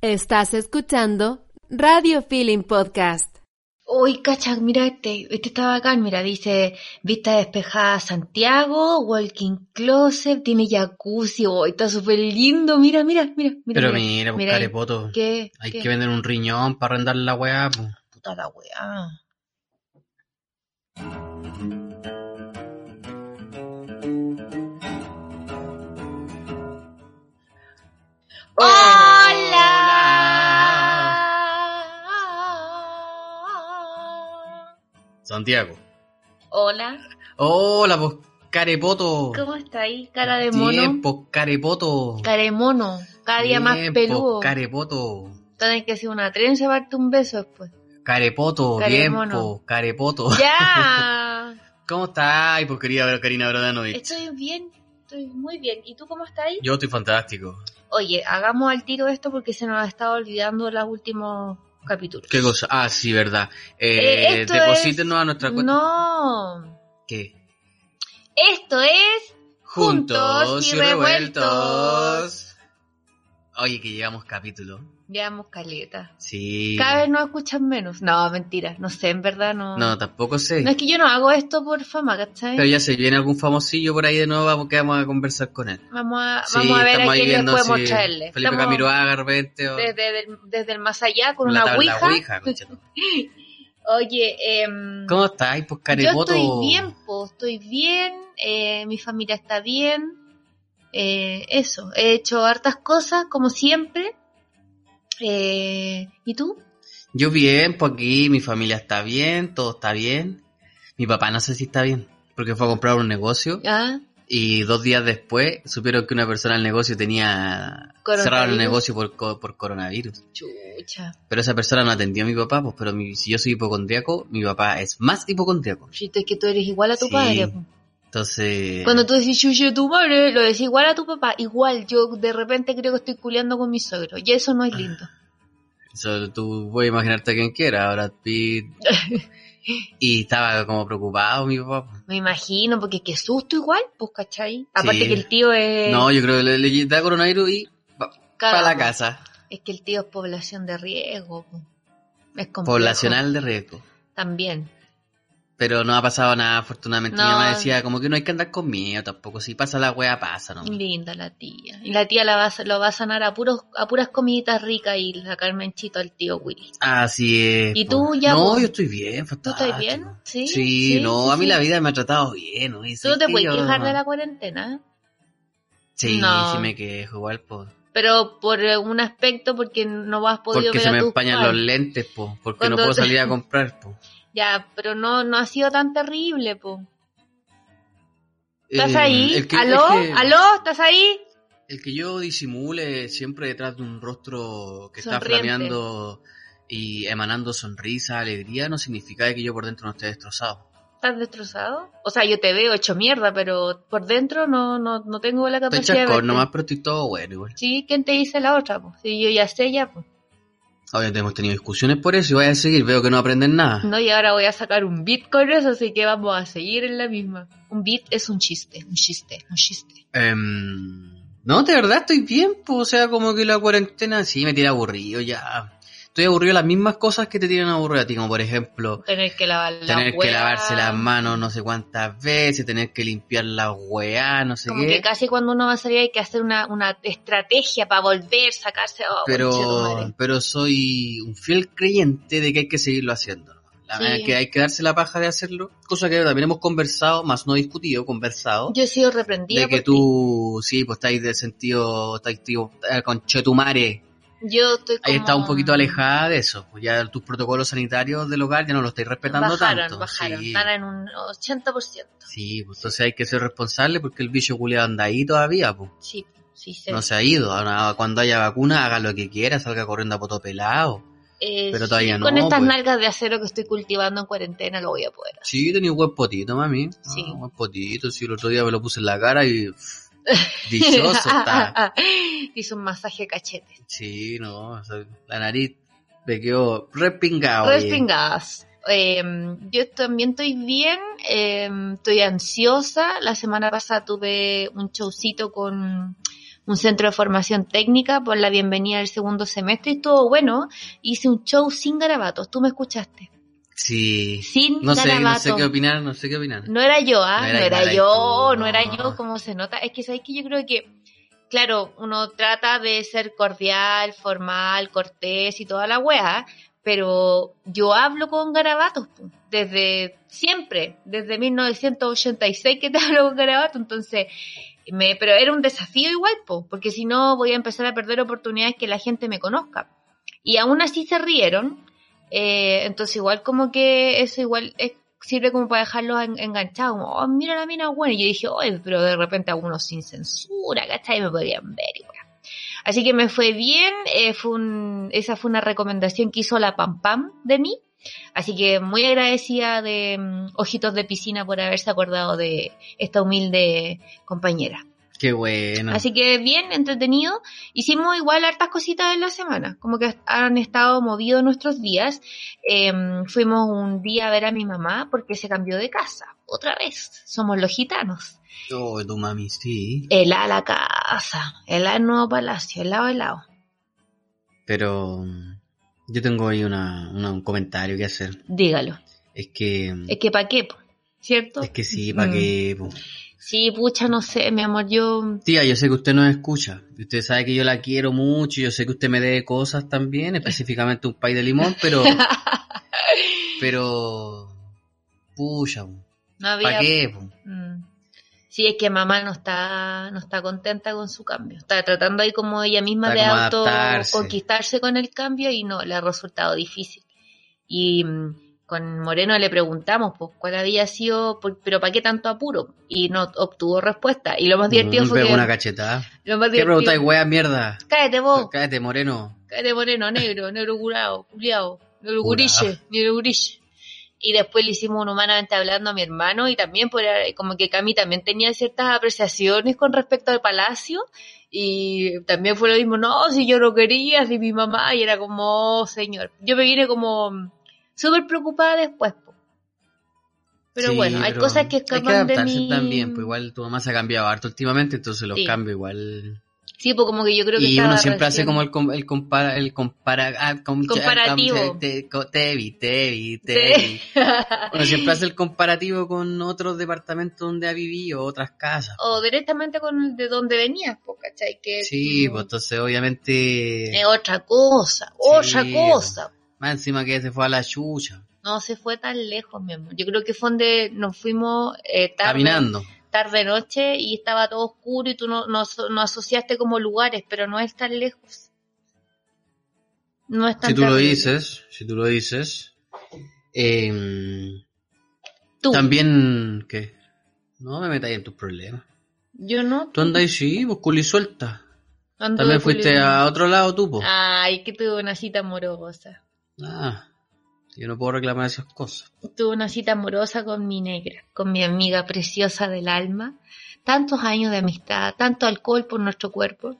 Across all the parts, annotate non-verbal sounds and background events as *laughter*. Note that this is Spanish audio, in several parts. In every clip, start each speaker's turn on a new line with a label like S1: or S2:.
S1: Estás escuchando Radio Feeling Podcast.
S2: Uy, cacha, mira este, este está bacán, mira, dice Vista despejada Santiago, Walking Closet, tiene jacuzzi, uy, está súper lindo, mira, mira, mira, mira.
S3: Pero
S2: mira,
S3: mira,
S2: mira, este,
S3: buscaré poto.
S2: ¿Qué?
S3: Hay
S2: ¿Qué?
S3: que vender un riñón para arrendar la weá. pues. po.
S2: puta la weá. Hola.
S3: Santiago.
S2: Hola.
S3: Hola, pues carepoto.
S2: ¿Cómo está ahí? Cara de mono.
S3: Bien, pues carepoto.
S2: Cara de mono. Cada día más
S3: Bien, pues,
S2: peludo.
S3: Carepoto.
S2: Tienes que hacer una trenza para darte un beso
S3: *laughs*
S2: después.
S3: Carepoto, bien,
S2: Caremono.
S3: pues carepoto.
S2: ¡Ya!
S3: *laughs* ¿Cómo estás, pues, querida Karina Brodanovic?
S2: Estoy bien, estoy muy bien. ¿Y tú cómo estás ahí?
S3: Yo estoy fantástico.
S2: Oye, hagamos al tiro esto porque se nos ha estado olvidando los últimos capítulos.
S3: ¿Qué cosa? Ah, sí, verdad.
S2: Eh,
S3: Eh,
S2: esto
S3: deposítenos a nuestra cuenta.
S2: No,
S3: ¿Qué?
S2: esto es Juntos y revueltos.
S3: Oye, que llevamos capítulo.
S2: Veamos Caleta.
S3: Sí.
S2: Cada vez nos escuchan menos. No, mentira, no sé, en verdad no.
S3: No, tampoco sé.
S2: No, es que yo no hago esto por fama, ¿cachai?
S3: Pero ya se viene algún famosillo por ahí de nuevo vamos- que vamos a conversar con él.
S2: Vamos a,
S3: Sí,
S2: vamos a ver a
S3: estamos ahí
S2: quién le
S3: viendo
S2: podemos
S3: si
S2: traerle.
S3: Felipe
S2: Estamos
S3: Camiroaga, de repente, o
S2: desde, el, desde el más allá con
S3: la
S2: una
S3: tabla
S2: ouija.
S3: ouija, conchetum-
S2: *gasps* Oye, em,
S3: ¿Cómo estáis, pues, carepoto?
S2: Yo estoy bien, po, estoy bien, eh, mi familia está bien, eh, eso, he hecho hartas cosas como siempre. Eh, ¿Y tú?
S3: Yo bien, pues aquí mi familia está bien, todo está bien. Mi papá no sé si está bien, porque fue a comprar un negocio
S2: ¿Ah?
S3: y dos días después supieron que una persona del negocio tenía cerrado el
S2: Coronavirus.
S3: negocio por, co- por coronavirus.
S2: Chucha,
S3: Pero esa persona no atendió a mi papá, pues, pero mi- si yo soy hipocondriaco, mi papá es más hipocondriaco.
S2: chiste, es que tú eres igual a tu
S3: Sí. eh.
S2: padre. po.
S3: Entonces...
S2: Cuando tú decís chuche tu madre, lo decís igual a tu papá, igual, yo de repente creo que estoy culeando con mi suegro, y eso no es lindo.
S3: So, tú puedes imaginarte a quien quiera, Brad
S2: *laughs*
S3: Pitt. y estaba como preocupado mi papá.
S2: Me imagino, porque qué susto igual, pues, ¿cachai? Aparte
S3: Sí.
S2: que el tío es...
S3: No, yo creo que le, le da coronavirus y para la
S2: cagado.
S3: casa.
S2: Es que el tío es población de riesgo. po. Es complejo.
S3: Poblacional de riesgo.
S2: También.
S3: Pero no ha pasado nada, afortunadamente. Mi
S2: No.
S3: mamá decía como que no hay que andar con miedo tampoco. Si pasa la wea, pasa, ¿no?
S2: Linda la tía. Y la tía la va, a- lo va a sanar a, puros, a puras comiditas ricas y la Carmenchito al tío Willy.
S3: Así es.
S2: ¿Y
S3: po.
S2: tú ya,
S3: No,
S2: po?
S3: yo estoy bien,
S2: ¿Tú
S3: fantástico.
S2: estás bien? Sí.
S3: Ah, Sí, no,
S2: sí,
S3: a mí
S2: sí.
S3: la vida me ha tratado bien. ¿no? Y
S2: Tú no
S3: sé
S2: te
S3: que
S2: puedes
S3: yo-
S2: quejar de la cuarentena,
S3: Sí,
S2: No.
S3: sí me quejo igual, po.
S2: pero por eh, un aspecto porque no has podido
S3: Porque
S2: ver
S3: se
S2: a
S3: me
S2: tus
S3: empañan
S2: padres.
S3: los lentes, po. Porque
S2: Cuando
S3: no puedo
S2: te- *laughs*
S3: salir a comprar, po.
S2: Ya, pero no, no ha sido tan terrible, po. ¿Estás
S3: Eh,
S2: ahí?
S3: el que-
S2: ¿Aló?
S3: es que-
S2: ¿Aló? ¿Estás ahí?
S3: El que yo disimule siempre detrás de un rostro que está
S2: Sonriente.
S3: flameando y emanando sonrisa, alegría, no significa que yo por dentro no esté destrozado.
S2: ¿Estás destrozado? O sea, yo te veo hecho mierda, pero por dentro no, no, no tengo la
S3: Estoy
S2: capacidad de
S3: chascón
S2: verte.
S3: nomás, pero estoy todo bueno igual.
S2: Sí, ¿quién te dice la otra? po? Sí, yo ya sé ya, po.
S3: Obviamente hemos tenido discusiones por eso y voy a seguir, veo que no aprenden nada.
S2: No, y ahora voy a sacar un beat con eso, así que vamos a seguir en la misma. Un beat es un chiste, un chiste, un chiste.
S3: Em, no, de verdad estoy bien, po, o sea, como que la cuarentena sí me tiene aburrido ya. Estoy aburrido de las mismas cosas que te tienen aburrido a ti, como por ejemplo
S2: Tener que lavar la
S3: tener que
S2: hueá.
S3: lavarse las manos no sé cuántas veces, tener que limpiar la weá, no sé
S2: Como
S3: qué.
S2: que casi cuando uno va a salir hay que hacer una, una estrategia para volver, sacarse... Oh,
S3: pero,
S2: conchetumare.
S3: pero soy un fiel creyente de que hay que seguirlo haciendo. ¿no? La
S2: Sí.
S3: verdad es que hay que darse la paja de hacerlo, cosa que también hemos conversado, más no discutido, conversado,
S2: Yo he sido reprendida
S3: de que
S2: por
S3: tú, sí, pues estáis del sentido, estáis tío, eh, con Chetumare,
S2: ti. Yo estoy
S3: ahí
S2: como-
S3: está un poquito alejada de eso, pues ya tus protocolos sanitarios del hogar ya no los estáis respetando
S2: bajaron,
S3: tanto.
S2: Bajaron,
S3: sí.
S2: están en un 80%.
S3: Sí, pues entonces hay que ser responsable porque el bicho culiado anda ahí todavía, pues.
S2: Sí, sí, sí.
S3: No se ha ido. Ahora, cuando haya vacuna, haga lo que quiera, salga corriendo a poto pelado.
S2: Eh,
S3: Pero todavía
S2: sí,
S3: no,
S2: Con estas
S3: pues.
S2: nalgas de acero que estoy cultivando en cuarentena lo voy a poder hacer.
S3: Sí, tenía un buen potito, mami.
S2: Sí.
S3: Ah, un buen potito, sí, el otro día me lo puse en la cara y. pff,
S2: *laughs*
S3: Dichoso está.
S2: Hice un masaje de cachetes.
S3: Sí, no, o sea, la nariz me quedó repingado.
S2: Respingadas. Eh, yo también estoy bien, em, eh, estoy ansiosa. La semana pasada tuve un showcito con un centro de formación técnica por la bienvenida del segundo semestre y todo bueno. Hice un show sin garabatos, tú me escuchaste.
S3: Sí.
S2: Sin
S3: No sé, no
S2: garabatos.
S3: sé qué opinar, no sé qué opinar.
S2: No era yo, ¿ah?
S3: No
S2: No
S3: era-
S2: era,
S3: no era
S2: yo,
S3: tú,
S2: no era
S3: no.
S2: yo, como se nota. Es que sabes que yo creo que, claro, uno trata de ser cordial, formal, cortés y toda la weá, pero yo hablo con garabatos po, desde siempre, desde 1986 que te *laughs* hablo con garabatos, entonces. Me, pero era un desafío igual, po, porque si no voy a empezar a perder oportunidades que la gente me conozca. Y aún así se rieron, eh, entonces igual como que eso igual es- sirve como para dejarlos en- enganchados, como, oh, mira la mina buena. Y yo dije, oye, pero de repente algunos sin censura, ¿cachai? Me podían ver igual. Así que me fue bien, eh, fue un- esa fue una recomendación que hizo la Pam Pam de mí. Así que muy agradecida de mm, Ojitos de Piscina por haberse acordado de esta humilde compañera.
S3: Qué bueno.
S2: Así que bien, entretenido. Hicimos igual hartas cositas en la semana, como que han estado movidos nuestros días. Eh, fuimos un día a ver a mi mamá porque se cambió de casa, otra vez. Somos los gitanos.
S3: Oh, tu mami, sí.
S2: El a la casa, el al nuevo palacio, el lado, el lado.
S3: Pero mm, yo tengo ahí una, una- un comentario que hacer.
S2: Dígalo.
S3: Es que...
S2: Es que pa' qué, po, ¿cierto?
S3: Es que sí, ¿para
S2: Mm.
S3: qué? po?
S2: Sí, pucha, no sé, mi amor, yo...
S3: Tía, yo sé que usted nos escucha. y Usted sabe que yo la quiero mucho. Yo sé que usted me debe cosas también, específicamente un pay de limón,
S2: *laughs*
S3: pero. pero. Pucha,
S2: No había...
S3: ¿para qué? po?
S2: Mm. Sí, es que mamá no está, no está contenta con su cambio. Está tratando ahí como ella misma
S3: Está como
S2: de auto
S3: adaptarse.
S2: conquistarse con el cambio y no, le ha resultado difícil. Y mm, con Moreno le preguntamos pues, cuál había sido, por- pero ¿para qué tanto apuro? Y no obtuvo respuesta. Y lo más divertido
S3: Mm,
S2: fue
S3: pegó
S2: que...
S3: una cachetada.
S2: Lo más
S3: ¿Qué preguntáis,
S2: divertido...
S3: wea, mierda?
S2: Cállate vos,
S3: Cállate, moreno.
S2: cállate Moreno, negro, *laughs* negro curado, culiao, negro
S3: Curao.
S2: gurille, negro gurille. Y después le hicimos un humanamente hablando a mi hermano y también por, eh, como que Cami también tenía ciertas apreciaciones con respecto al palacio y también fue lo mismo, no, si yo no quería, si mi mamá, y era como, "Oh, señor, yo me vine como súper preocupada después. po. Pero
S3: Sí,
S2: bueno, hay
S3: pero
S2: cosas que
S3: Hay que
S2: escapan de
S3: adaptarse
S2: mí.
S3: también, pues igual tu mamá se ha cambiado harto últimamente, entonces los
S2: Sí.
S3: cambios igual.
S2: Sí, pues como que yo creo que
S3: y uno
S2: estaba
S3: siempre hace
S2: recién-
S3: como el, com- el, compara, el compara, ah, com-
S2: Comparativo.
S3: ah, com- Te, co- te vi, te vi, te
S2: Sí.
S3: vi. Bueno, siempre
S2: *clears throat*
S3: hace el comparativo con otros departamentos donde ha vivido, otras casas.
S2: o directamente con el de donde venías, po, ¿cachai? Que es
S3: Sí,
S2: como-
S3: pues entonces obviamente,
S2: es otra cosa, otra cosa.
S3: más encima que se fue a la chucha,
S2: No se fue tan lejos, mi amor. Yo creo que fue donde nos fuimos eh, tarde,
S3: caminando.
S2: tarde noche y estaba todo oscuro y tú no, no, aso- no asociaste como lugares, pero no es tan lejos. No es tan
S3: Si tú lo
S2: terrible.
S3: dices, si tú lo dices. Eh,
S2: Tú,
S3: También, ¿qué? No me metáis en tus problemas.
S2: Yo no.
S3: Tú andáis, sí, pues culi suelta.
S2: ando
S3: También
S2: de
S3: fuiste
S2: culebra.
S3: a otro lado tú,
S2: Ah.
S3: pues.
S2: Ay, que tuve una cita amorosa.
S3: Ah, yo no puedo reclamar esas cosas.
S2: Tuve una cita amorosa con mi negra, con mi amiga preciosa del alma. Tantos años de amistad, tanto alcohol por nuestro cuerpo.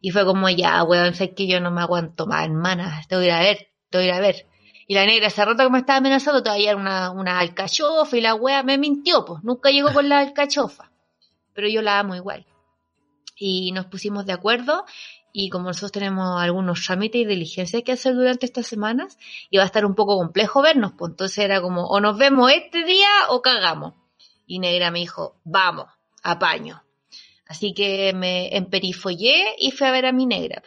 S2: Y fue como, ya, weón, sé que yo no me aguanto más, hermana. Te voy a ir a ver, te voy a ir a ver. Y la negra, hace rato que me estaba amenazando, todavía era una, una alcachofa y la wea me mintió, pues. Nunca llegó con la alcachofa. Pero yo la amo igual. Y nos pusimos de acuerdo. Y como nosotros tenemos algunos trámites y diligencias que hacer durante estas semanas, iba a estar un poco complejo vernos, pues entonces era como, o nos vemos este día o cagamos. Y Negra me dijo, vamos, apaño. Así que me emperifollé y fui a ver a mi negra.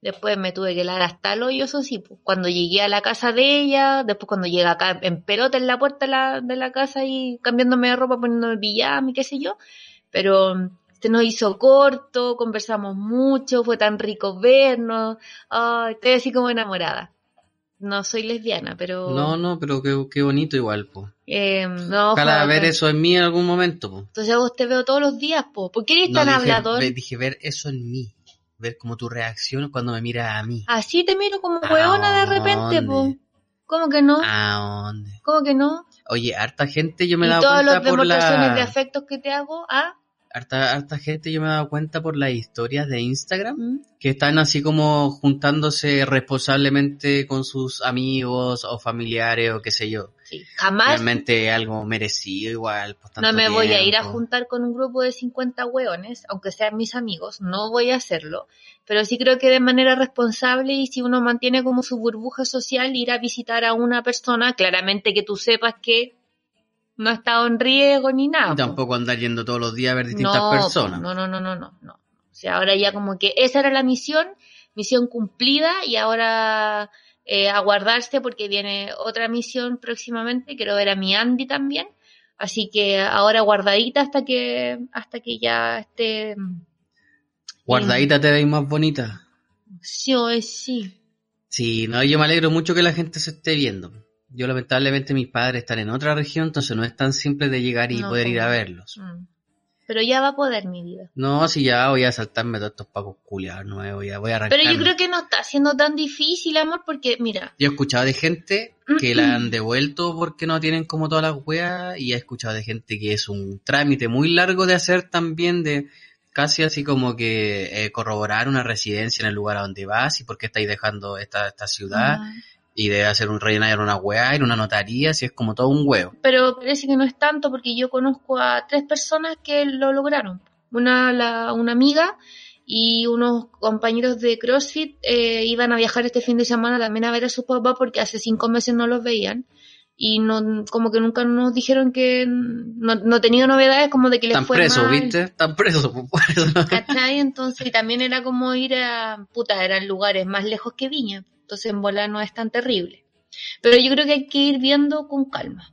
S2: Después me tuve que helar hasta el hoyo, eso sí. pues. Cuando llegué a la casa de ella, después cuando llegué acá en pelota en la puerta de la, de la casa y cambiándome de ropa, poniéndome pijama y qué sé yo. Pero mm, se nos hizo corto, conversamos mucho, fue tan rico vernos. Ay, estoy así como enamorada. No soy lesbiana, pero...
S3: No, no, pero qué, qué bonito igual, pues.
S2: eh, no
S3: Ojalá
S2: fue
S3: ver
S2: bacán.
S3: eso en mí en algún momento, pues.
S2: Entonces a vos te veo todos los días, po. ¿Por qué eres tan
S3: dije,
S2: hablador?
S3: ve- dije ver eso en mí. Ver como tu reacción cuando me mira a mí.
S2: Así te miro como
S3: ¿A
S2: huevona de repente, po.
S3: Ah, dónde?
S2: ¿Cómo que no?
S3: ¿A dónde?
S2: ¿Cómo que no?
S3: Ah, Oye, harta gente yo me he
S2: Y
S3: dado
S2: todas las
S3: cuenta por
S2: demostraciones de
S3: la...
S2: afectos que te hago, ¿ah?
S3: harta, harta gente yo me he dado cuenta por las historias de Instagram
S2: mm,
S3: que están así como juntándose responsablemente con sus amigos o familiares o qué sé yo.
S2: Ah, Sí, Jamás
S3: Realmente algo merecido igual. pues,
S2: no
S3: tanto
S2: me voy a ir a
S3: tiempo.
S2: juntar con un grupo de 50 hueones, aunque sean mis amigos, no voy a hacerlo, pero sí creo que de manera responsable y si uno mantiene como su burbuja social, ir a visitar a una persona, claramente que tú sepas que no ha estado en riesgo ni nada.
S3: Y
S2: po.
S3: tampoco andar yendo todos los días a ver distintas
S2: no,
S3: personas.
S2: No, no, no, no, no, no. O sea, ahora ya como que esa era la misión, misión cumplida y ahora eh, aguardarse porque viene otra misión próximamente. Quiero ver a mi Andy también. Así que ahora guardadita hasta que hasta que ya esté. mm,
S3: Guardadita te veis más bonita.
S2: Sí, o es sí.
S3: Sí, no, yo me alegro mucho que la gente se esté viendo. Yo lamentablemente mis padres están en otra región, entonces no es tan simple de llegar y
S2: No,
S3: poder ir a
S2: pues.
S3: verlos.
S2: Mm. Pero ya va a poder mi vida.
S3: No, si ya voy a saltarme todos estos pacos culiados nuevos, ya voy a arrancar.
S2: Pero yo creo que no está siendo tan difícil, amor, porque mira,
S3: Yo he escuchado de gente que
S2: *clears throat*
S3: la han devuelto porque no tienen como todas las weas y he escuchado de gente que es un trámite muy largo de hacer también de casi así como que eh, corroborar una residencia en el lugar a donde vas y por qué estáis dejando esta, esta ciudad
S2: ah,
S3: y de hacer un rellenar en una wea, en una notaría, si es como todo un huevo.
S2: pero parece que no es tanto porque yo conozco a tres personas que lo lograron. Una, la- una amiga y unos compañeros de CrossFit eh, iban a viajar este fin de semana también a ver a sus papás porque hace cinco meses no los veían y no como que nunca nos dijeron que no, no tenía novedades como de que les
S3: Están
S2: fue
S3: presos,
S2: mal.
S3: ¿viste? Están presos, *laughs* por eso no-
S2: ¿Cachai? Entonces, y también era como ir a, puta, eran lugares más lejos que Viña, entonces en bola no es tan terrible. Pero yo creo que hay que ir viendo con calma.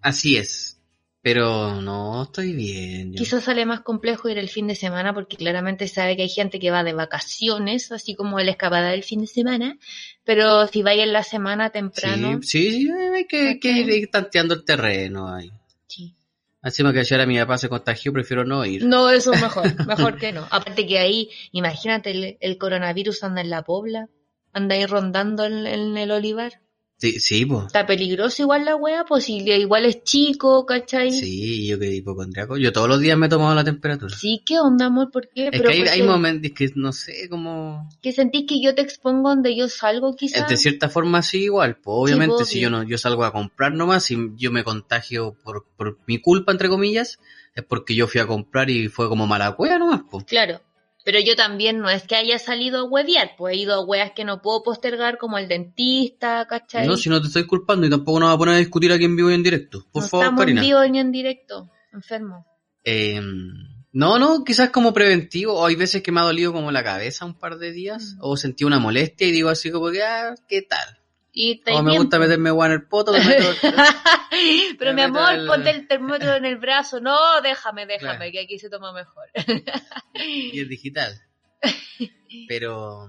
S3: Así es. Pero no estoy bien. yo.
S2: Quizás sale más complejo ir el fin de semana porque claramente sabe que hay gente que va de vacaciones, así como el escapada del fin de semana, pero si va en la semana temprano,
S3: Sí, sí, sí, hay que, hay que ir- ir tanteando el terreno ahí.
S2: sí.
S3: Así que ayer a mi papá se contagió, prefiero no ir.
S2: no, eso es mejor, *laughs* mejor que no. Aparte que ahí, imagínate, el, el coronavirus anda en la pobla, anda ahí rondando en- en el olivar.
S3: Sí, sí, po.
S2: Está peligroso igual la wea, pues si le- igual es chico, ¿cachai? Sí,
S3: Sí, yo que hipocondriaco. Yo todos los días me he tomado la temperatura.
S2: ¿qué onda, amor? ¿Por qué?
S3: es que hay,
S2: porque-
S3: hay momentos que no sé cómo.
S2: que sentís que yo te expongo donde yo salgo, quizás.
S3: Eh, De cierta forma sí igual, pues obviamente
S2: pues,
S3: si
S2: obvio.
S3: yo no yo salgo a comprar nomás, si yo me contagio por, por mi culpa entre comillas, es porque yo fui a comprar y fue como mala cueva nomás, pues.
S2: Claro. Pero yo también no es que haya salido a huevear, pues he ido a weas que no puedo postergar, como el dentista, ¿cachai?
S3: No, si no te estoy culpando y tampoco nos va a poner a discutir aquí en vivo y en directo. Por
S2: No
S3: favor,
S2: estamos
S3: Karina.
S2: en vivo ni en directo, enfermo.
S3: Eh, no, no, quizás como preventivo. o Hay veces que me ha dolido como la cabeza un par de días.
S2: Mm.
S3: O sentí una molestia y digo así como que, ah, ¿qué tal?
S2: Y estáis
S3: O Oh, me
S2: bien,
S3: gusta
S2: pues.
S3: meterme agua en el poto. me meto-
S2: *laughs* Pero
S3: Me
S2: mi
S3: meto
S2: amor,
S3: el-
S2: ponte el termómetro en el brazo. No, déjame, déjame,
S3: Claro.
S2: que aquí se toma mejor. *laughs*
S3: y es digital. Pero,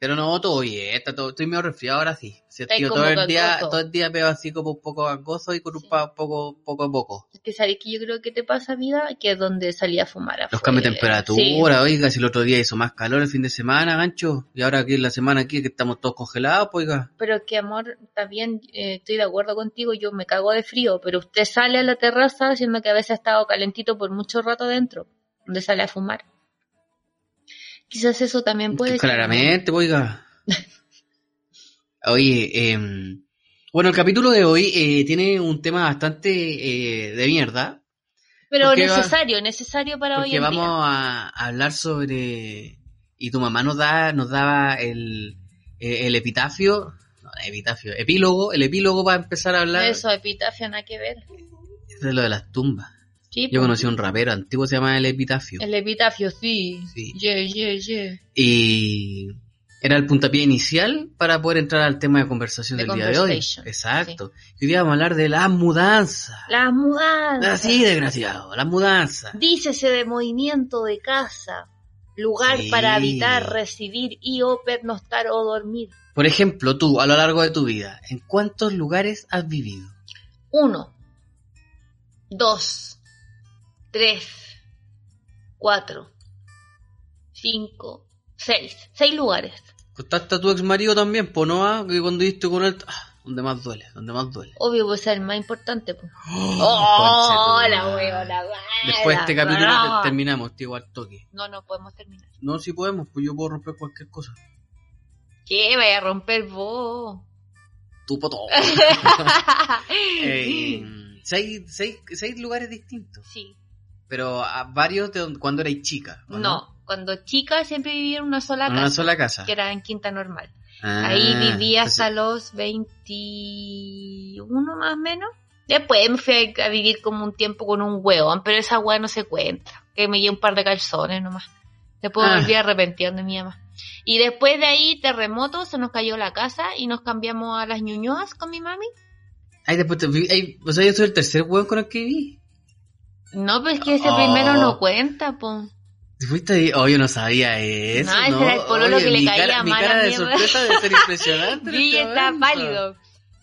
S3: pero no, todo bien. Está todo, estoy medio resfriado ahora sí. Sí,
S2: Estáis
S3: tío,
S2: como
S3: todo, el día,
S2: gangoso.
S3: todo el día veo así como un poco gangoso y con un
S2: Sí.
S3: pa- poco, poco a poco.
S2: que sabéis que yo creo que te pasa vida que es donde salí a fumar
S3: Los
S2: afuera.
S3: cambios de
S2: Sí.
S3: temperatura, oiga, si el otro día hizo más calor el fin de semana, gancho, y ahora aquí en la semana aquí que estamos todos congelados, pues, oiga.
S2: pero que amor también eh, estoy de acuerdo contigo yo me cago de frío pero usted sale a la terraza siendo que a veces ha estado calentito por mucho rato adentro donde sale a fumar quizás eso también puede ser, ¿no?
S3: Claramente, pues,
S2: *laughs*
S3: oiga. Oye, em, bueno, el capítulo de hoy eh, tiene un tema bastante eh, de mierda,
S2: pero
S3: Porque va-
S2: necesario necesario para hoy
S3: porque
S2: en
S3: vamos
S2: día
S3: a hablar sobre... Y tu mamá nos, da, nos daba el, eh, el epitafio, no, epitafio, epílogo, el epílogo para empezar a hablar
S2: eso epitafio nada que ver
S3: de lo de las tumbas.
S2: Sí,
S3: Yo
S2: pues,
S3: conocí a un rapero antiguo, se llama El Epitafio.
S2: el epitafio sí
S3: Sí.
S2: yeah yeah yeah
S3: Y era el puntapié inicial para poder entrar al tema de conversación
S2: De
S3: del día de hoy.
S2: conversation,
S3: Exacto. Y hoy día vamos a hablar de las mudanzas.
S2: las mudanzas
S3: Así, desgraciado, las mudanzas.
S2: Dícese de movimiento de casa, lugar
S3: Sí.
S2: para habitar, residir y o pernoctar o dormir.
S3: Por ejemplo, tú, a lo largo de tu vida, ¿en cuántos lugares has vivido?
S2: Uno, dos, tres, cuatro, cinco, seis. Seis lugares.
S3: Pues ¿Contaste a tu ex marido también, po, no? Ah, Que cuando diste con él... ah, donde más duele, donde más
S2: *gasps*
S3: duele.
S2: Obvio, pues es el más importante. Pues.
S3: *laughs* Concha
S2: ¡Oh,
S3: tu
S2: la
S3: madre.
S2: huevona, guarda,
S3: Después de este capítulo
S2: guarda.
S3: te- terminamos, tío, al toque.
S2: No, no podemos terminar.
S3: No, si podemos, pues yo puedo romper cualquier cosa.
S2: ¿Qué? Vaya a romper
S3: *laughs*
S2: vos.
S3: Tu
S2: *laughs*
S3: poto. Eh, seis, seis- seis lugares distintos.
S2: sí.
S3: Pero a varios de donde- cuando erais chica. ¿o
S2: No? cuando chica siempre vivía en una sola
S3: En
S2: casa,
S3: una sola casa.
S2: que era en Quinta Normal.
S3: Ah,
S2: Ahí vivía
S3: entonces-
S2: hasta los 21 más o menos. Después me fui a, a vivir como un tiempo con un huevón, pero esa hueá no se cuenta. Que me llevé un par de calzones nomás. Después
S3: Ah.
S2: volví arrepentido de mi mamá. Y después de ahí, terremoto, se nos cayó la casa y nos cambiamos a las ñuñoas con mi mami.
S3: Ay, después te vi- ay, o sea, yo soy el tercer hueón con el que viví.
S2: No, pues que ese
S3: Oh.
S2: primero no cuenta, po.
S3: Fuiste ahí. Oh, yo no sabía eso.
S2: No, ese
S3: no.
S2: era el pololo
S3: Oye,
S2: que le
S3: mi
S2: caía
S3: cara, Mi
S2: mal a
S3: cara de
S2: mí, weón.
S3: sorpresa debe ser
S2: *laughs*
S3: impresionante. en
S2: Sí,
S3: este
S2: está
S3: momento.
S2: válido.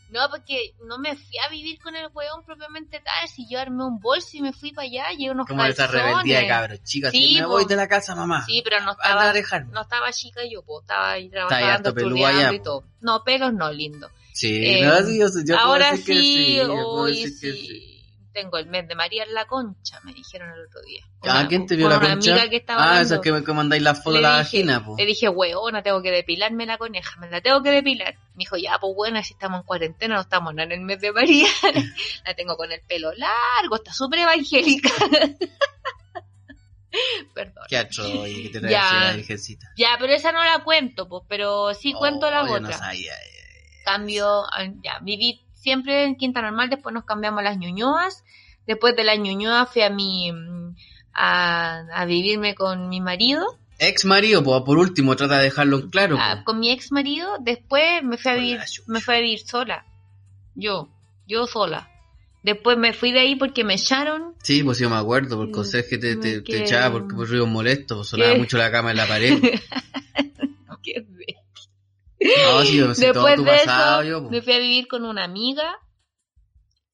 S2: No, porque no me fui a vivir con el huevón propiamente tal. Si yo armé un bolso y me fui para allá, llevé unos
S3: Como esa
S2: calzones.
S3: rebeldía de cabros, chicas.
S2: Sí,
S3: me
S2: po.
S3: voy de la casa, mamá.
S2: Sí, pero no
S3: Anda
S2: estaba,
S3: a dejarme.
S2: no estaba chica yo, po, estaba ahí
S3: Está ahí
S2: trabajando,
S3: harto peludo
S2: estudiando
S3: allá,
S2: y todo. No, pelos no, lindo.
S3: Sí,
S2: Eh,
S3: no, sí, yo, yo puedo
S2: Ahora
S3: decir que
S2: sí,
S3: yo puedo
S2: hoy
S3: decir
S2: sí.
S3: que sí.
S2: Tengo el mes de María en la concha, me dijeron el otro día.
S3: ¿A
S2: Una-
S3: quién te vio
S2: con
S3: la
S2: una
S3: concha?
S2: amiga que estaba
S3: ah,
S2: hablando.
S3: eso es que me que mandáis la foto
S2: Le
S3: de la
S2: dije- eh,
S3: vagina, po.
S2: Le dije, weona, tengo que depilarme la coneja, me la tengo que depilar. Me dijo, ya, pues bueno, si estamos en cuarentena, no estamos nada en el mes de María. *laughs* la tengo con el pelo largo, está súper evangélica. *laughs* Perdón.
S3: Qué atroz, oye, que
S2: *laughs* Ya.
S3: te reacciona la virgencita.
S2: Ya, pero esa no la cuento, pues, pero sí cuento
S3: Oh,
S2: la
S3: yo
S2: otra.
S3: no sabía. eh.
S2: Cambio, ah, ya, viví siempre en Quinta Normal, después nos cambiamos a las Ñuñoas. Después de las Ñuñoas fui a mi... mm, A, a vivirme con mi marido,
S3: Ex marido, po, por último, trata de dejarlo en claro. po.
S2: Ah, con mi ex marido, después me fui a
S3: Con la
S2: vivir,
S3: chucha.
S2: me fui a vivir sola. Yo, yo sola. Después me fui de ahí porque me echaron.
S3: Sí, pues yo me acuerdo, por el conserje te, te,
S2: Mm,
S3: te
S2: que-
S3: echaba porque por ruido molesto, pues, sonaba
S2: que-
S3: mucho la cama en la pared.
S2: Qué re-
S3: No, sí, yo sé todo
S2: Después
S3: tu
S2: de
S3: pasado,
S2: eso,
S3: yo, pues. po.
S2: me fui a vivir con una amiga.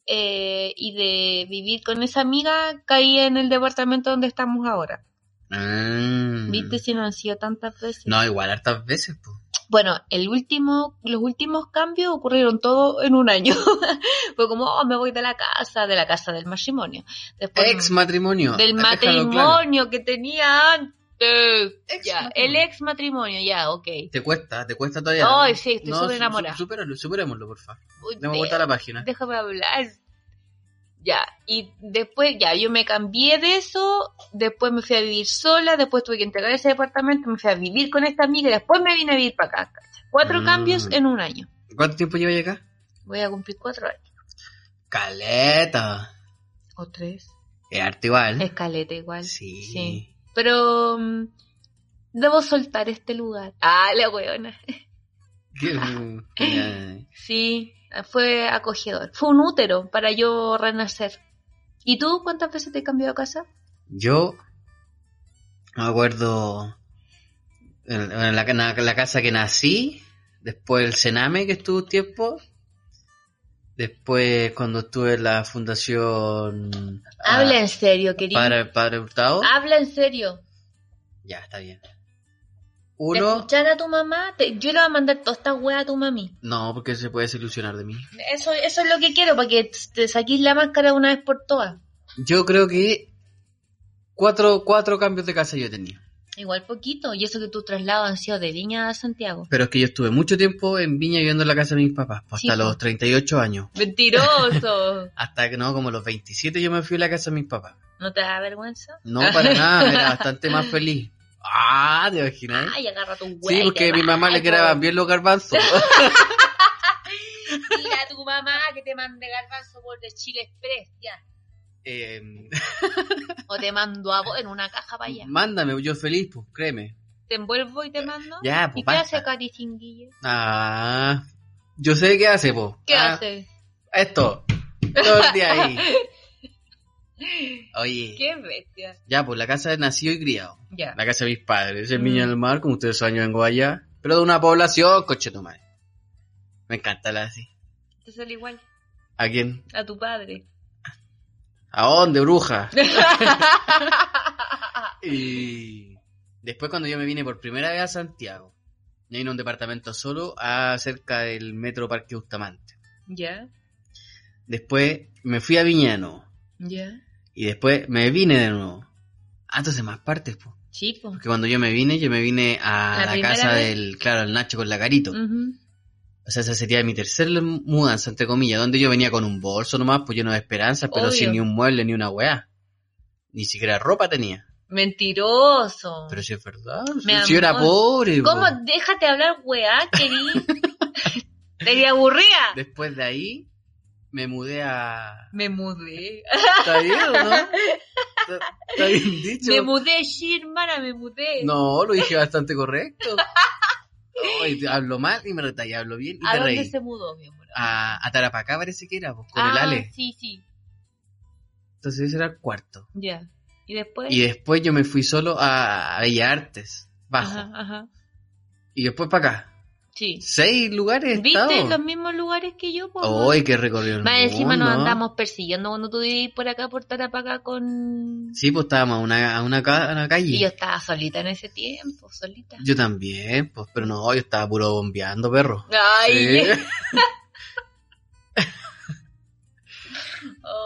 S2: eh, y de vivir con esa amiga, caí en el departamento donde estamos ahora.
S3: Ah.
S2: ¿Viste si no han sido tantas veces?
S3: No, igual hartas veces, po.
S2: Bueno, el último, los últimos cambios ocurrieron todo en un año. *laughs* Fue como, oh, me voy de la casa, de la casa del matrimonio. Después
S3: Ex matrimonio.
S2: del matrimonio que tenía antes. Ya, el ex matrimonio, ya, ok.
S3: Te cuesta, te cuesta todavía.
S2: Ay, sí, estoy
S3: No,
S2: súper
S3: su- su-
S2: enamorada.
S3: Supéralo, superémoslo, por favor.
S2: Uy,
S3: Demos
S2: te-
S3: vuelta a la página.
S2: Déjame hablar. Ya, y después, ya, yo me cambié de eso, después me fui a vivir sola, después tuve que entregar ese departamento, me fui a vivir con esta amiga y después me vine a vivir para acá. ¿cachai? Cuatro
S3: Mm.
S2: cambios en un año.
S3: ¿Cuánto tiempo lleva acá?
S2: Voy a cumplir cuatro años.
S3: Caleta.
S2: O tres.
S3: Es arte igual.
S2: Escaleta igual.
S3: ¿Eh? Sí.
S2: sí. Pero mm, debo soltar este lugar. Ah, la weona.
S3: *laughs* Qué-
S2: *laughs*
S3: ya.
S2: Sí, fue acogedor. Fue un útero para yo renacer. ¿Y tú cuántas veces te has cambiado de casa?
S3: Yo me acuerdo en, en la, ca- en la casa que nací, después el Sename que estuvo un tiempo, después cuando estuve en la fundación ah,
S2: Habla en serio, querido. Ah.
S3: para el padre Hurtado.
S2: Habla en serio.
S3: Ya, está bien.
S2: De
S3: Uno,
S2: Escuchar a tu mamá, te- yo le voy a mandar toda esta wea a tu mami.
S3: no, porque se puede desilusionar de mí.
S2: Eso, eso es lo que quiero, para que te saquís la máscara de una vez por todas.
S3: Yo creo que cuatro, cuatro cambios de casa yo tenía.
S2: Igual poquito, y eso que tus traslados han sido de Viña a Santiago.
S3: Pero es que yo estuve mucho tiempo en Viña viviendo en la casa de mis papás, pues,
S2: Sí,
S3: hasta
S2: po.
S3: los 38 años. *laughs*
S2: Mentiroso.
S3: Hasta que no, como los 27 yo me fui a la casa de mis papás.
S2: ¿No te da vergüenza?
S3: No, para nada, era bastante más feliz. Ah, ¿te imaginas?
S2: Ay, agarra tu wea.
S3: sí,
S2: y
S3: porque
S2: te
S3: mi mamá
S2: vas,
S3: le quedaban
S2: po.
S3: bien los
S2: *laughs*
S3: garbanzos. *laughs*
S2: Dile a tu mamá que te mande garbanzo por de Chile Express, ya.
S3: Eh,
S2: O te mando a vos en una caja para allá.
S3: mándame, yo feliz, pues, créeme.
S2: Te envuelvo y te mando.
S3: Ya, pues,
S2: Oh, ¿Y qué hace
S3: basta.
S2: Caritinguillo?
S3: Ah, yo sé qué hace, pues.
S2: ¿Qué hace?
S3: Esto. Todo el
S2: *laughs*
S3: día ahí. Oye,
S2: Qué bestia.
S3: ya, pues la casa de nacido y criado.
S2: Ya.
S3: La casa de mis padres, en
S2: Mm.
S3: Viña del Mar, como ustedes saben, yo vengo allá. Pero de una población, coche tu madre. Me encanta la así.
S2: Te sale igual
S3: ¿A quién?
S2: a tu padre.
S3: ¿A dónde,
S2: *laughs*
S3: bruja? y después cuando yo me vine por primera vez a Santiago, en un departamento solo a cerca del metro Parque Bustamante.
S2: Ya,
S3: Después me fui a Viñano
S2: ya.
S3: y después me vine de nuevo. Ah, entonces más partes, po.
S2: Sí, po.
S3: Porque cuando yo me vine, yo me vine a
S2: La
S3: la,
S2: primera
S3: casa
S2: vez. Mm.
S3: del, claro, al Nacho con la Carito.
S2: Ujú.
S3: O sea, esa sería mi tercera mudanza, entre comillas, donde yo venía con un bolso nomás, pues lleno de esperanza, pero
S2: Obvio.
S3: sin ni un mueble ni una weá. Ni siquiera ropa tenía.
S2: Mentiroso.
S3: Pero si es verdad.
S2: Mi
S3: si yo era
S2: amor.
S3: pobre. po.
S2: ¿Cómo? Déjate hablar, weá, querida. *laughs* Te aburrida.
S3: Después de ahí, me mudé a...
S2: Me mudé.
S3: ¿Está bien o no? ¿Está está bien dicho?
S2: *laughs* Me mudé, sí, hermana, me mudé.
S3: No, lo dije bastante correcto. No, y te- hablo mal y me retallo, hablo bien y
S2: ¿A
S3: te
S2: dónde
S3: reí.
S2: se mudó, mi amor?
S3: A, a Tarapacá parece que era, pues, con el
S2: ah,
S3: Ale.
S2: sí, sí.
S3: Entonces ese era el cuarto.
S2: Ya. ¿Y después?
S3: Y después yo me fui solo a, a Bellas Artes, bajo.
S2: Ajá, ajá.
S3: Y después para acá.
S2: Sí.
S3: Seis lugares he
S2: ¿Viste
S3: estado.
S2: los mismos lugares que yo? po,
S3: ¡Ay, qué recorrido el
S2: Más encima nos
S3: mundo!
S2: andamos persiguiendo cuando tú vivís por acá, por Tarapacá con...
S3: Sí, pues estábamos a una, a una, ca- a una calle.
S2: Y yo estaba solita en ese tiempo, solita.
S3: Yo también, pues, pero no, yo estaba puro bombeando, perro.
S2: Ay,
S3: Sí.
S2: ay,
S3: *laughs*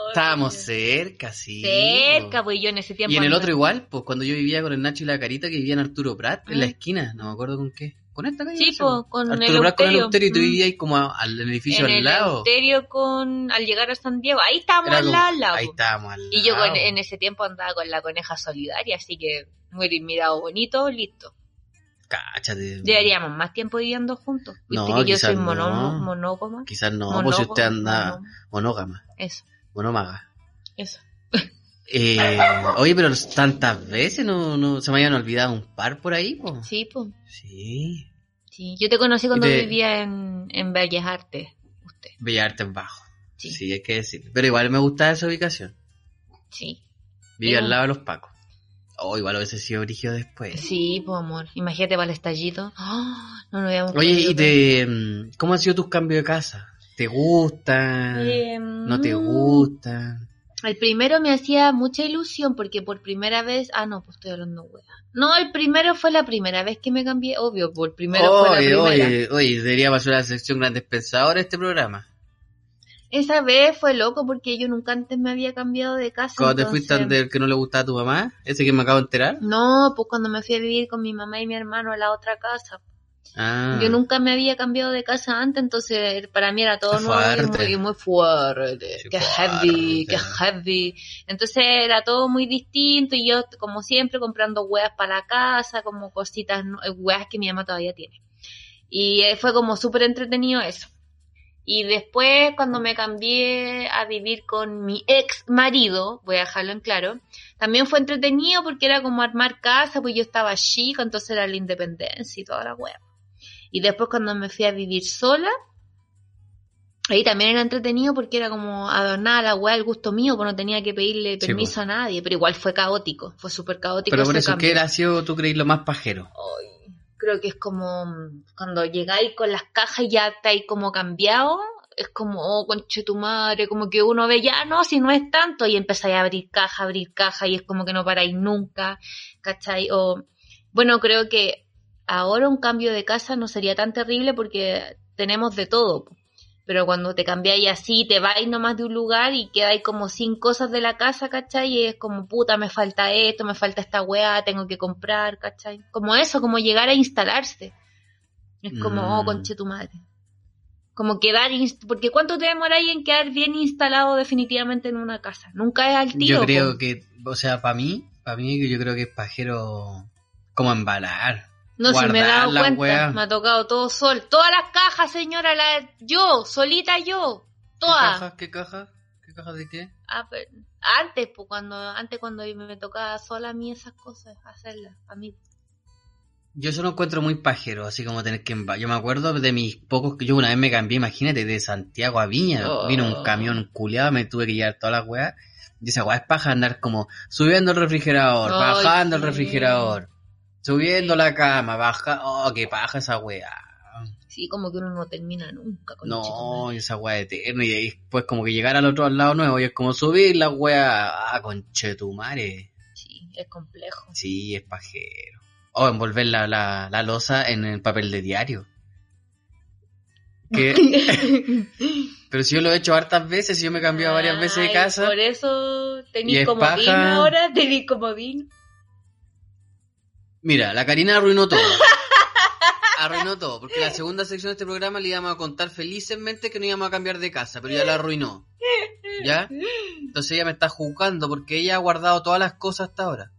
S3: Estábamos cerca, sí.
S2: cerca,
S3: pues.
S2: pues yo en ese tiempo.
S3: Y en el
S2: andaba-
S3: otro igual, pues cuando yo vivía con el Nacho y la Carita que vivía en Arturo Prat, en
S2: Mm.
S3: la esquina, no me acuerdo con qué. Con esta calle.
S2: Sí,
S3: no sé,
S2: pues, con
S3: Arturo
S2: el
S3: Prat con el
S2: Eleuterio.
S3: Euterio y tú
S2: Mm.
S3: vivías ahí como a- al el edificio
S2: en
S3: al
S2: el
S3: lado.
S2: Eleuterio con al llegar a San Diego. Ahí estábamos
S3: Era
S2: al
S3: como-
S2: lado, al lado,
S3: Ahí
S2: po.
S3: estábamos al
S2: Y yo
S3: lado.
S2: con- en ese tiempo andaba con la coneja solidaria, así que muy bien, mirado bonito, listo.
S3: Cáchate.
S2: Llevaríamos más tiempo viviendo juntos. Viste
S3: No,
S2: que yo
S3: quizás
S2: soy monógama,
S3: no.
S2: monógama.
S3: Quizás no,
S2: monógama,
S3: pues si usted anda
S2: monógama.
S3: monógama,
S2: Eso,
S3: monómaga.
S2: eso.
S3: Eh, oye, pero tantas veces no, no se me habían olvidado un par por ahí, po.
S2: Sí, pues.
S3: Sí.
S2: Sí. Yo te conocí cuando
S3: te-
S2: vivía en, en Bellas Artes, usted.
S3: Bellas Artes Bajo. Sí.
S2: Sí.
S3: hay que decir. Pero igual me gustaba esa ubicación.
S2: Sí,
S3: Vivía
S2: Era
S3: al
S2: un-
S3: lado de los pacos. Oh, igual hubiese sido brígido después.
S2: sí, pues amor. Imagínate para el estallido. ¡Ah! no lo habíamos
S3: Oye,
S2: podido
S3: ¿y te, mm, cómo han sido tus cambios de casa? ¿Te gustan?
S2: ver. Eh,
S3: ¿No te
S2: mm,
S3: gustan?
S2: El primero me hacía mucha ilusión porque por primera vez. Ah, no, pues estoy hablando hueá. No, el primero fue la primera vez que me cambié. Obvio, por primero fue la
S3: oye,
S2: primera.
S3: oye, oye, debería pasar a la sección Grandes Pensadores este programa.
S2: Esa vez fue loco porque yo nunca antes me había cambiado de casa.
S3: Cuando te
S2: entonces-
S3: fuiste del que no le gustaba a tu mamá, ese que me acabo de enterar.
S2: No, pues cuando me fui a vivir con mi mamá y mi hermano a la otra casa.
S3: Ah,
S2: Yo nunca me había cambiado de casa antes, entonces para mí era todo
S3: Qué
S2: nuevo y
S3: fuerte.
S2: muy, muy fuerte,
S3: Sí,
S2: que
S3: fuerte.
S2: heavy, que heavy. Entonces era todo muy distinto y yo, como siempre, comprando huevas para la casa, como cositas, nu- eh, huevas que mi mamá todavía tiene. Y eh, fue como súper entretenido eso. Y después, cuando me cambié a vivir con mi ex marido, voy a dejarlo en claro, también fue entretenido porque era como armar casa, pues yo estaba chica, entonces era la independencia y toda la hueva. Y después cuando me fui a vivir sola, ahí también era entretenido porque era como adornada la weá al gusto mío, pues no tenía que pedirle
S3: Sí,
S2: permiso
S3: po.
S2: a nadie, pero igual fue caótico, fue súper caótico.
S3: pero por
S2: ese
S3: eso,
S2: cambio. Oh,
S3: ¿qué era sido tú creí lo más pajero?
S2: Ay, creo que es como mm, cuando llegáis con las cajas y ya estáis como cambiado, es como, oh, conche tu madre, como que uno ve ya, no, si no es tanto, y empezáis a abrir caja, abrir caja, y es como que no paráis nunca, ¿cachai? O, bueno, creo que ahora un cambio de casa no sería tan terrible porque tenemos de todo, po. pero cuando te cambiáis así, te vais nomás de un lugar y quedáis como sin cosas de la casa, ¿cachai? Y es como, puta, me falta esto, me falta esta weá, tengo que comprar, ¿cachai? Como eso, como llegar a instalarse. Es como,
S3: Mm.
S2: oh, conche tu madre. Como quedar, inst- porque ¿cuánto te demoráis en quedar bien instalado definitivamente en una casa? Nunca es al tiro.
S3: yo creo
S2: po.
S3: que, o sea, para mí, para mí yo creo que es pajero como embalar.
S2: No, si me he
S3: guardar
S2: dado
S3: la
S2: cuenta,
S3: weá.
S2: me ha tocado todo sol. Todas las cajas, señora, la, yo, solita yo,
S3: ¿Qué
S2: todas.
S3: caja? ¿Qué caja? ¿Qué caja de qué?
S2: Ah, pero antes, pues, cuando, antes cuando me tocaba sola a mí esas cosas, hacerlas, a mí.
S3: Yo eso lo encuentro muy pajero, así como tener que embalar. Yo me acuerdo de mis pocos, que yo una vez me cambié, imagínate, de Santiago a Viña.
S2: Oh.
S3: Vino un camión culiado, me tuve que llevar todas las weas. Y esa weá es paja andar como subiendo el refrigerador,
S2: Ay,
S3: bajando el
S2: sí.
S3: refrigerador, subiendo la cama, baja. Oh, qué paja esa weá.
S2: Sí, como que uno no termina nunca con
S3: No, esa weá eterna. Y después como que llegar al otro al lado nuevo y es como subir la weá. Ah, conchetumare. *laughs*
S2: Sí, es complejo.
S3: Sí, es pajero. o envolver la, la, la losa en el papel de diario. Que-
S2: *laughs*
S3: pero si yo lo he hecho hartas veces, si yo me he cambiado varias veces de
S2: Ay,
S3: casa,
S2: Por eso
S3: Y
S2: tenéis
S3: es
S2: comodín
S3: paja.
S2: ahora, tenéis comodín.
S3: mira, la Karina arruinó todo. Arruinó todo, porque la segunda sección de este programa le íbamos a contar felizmente que no íbamos a cambiar de casa, pero ya la arruinó. ¿Ya? Entonces ella me está juzgando porque ella ha guardado todas las cosas hasta ahora.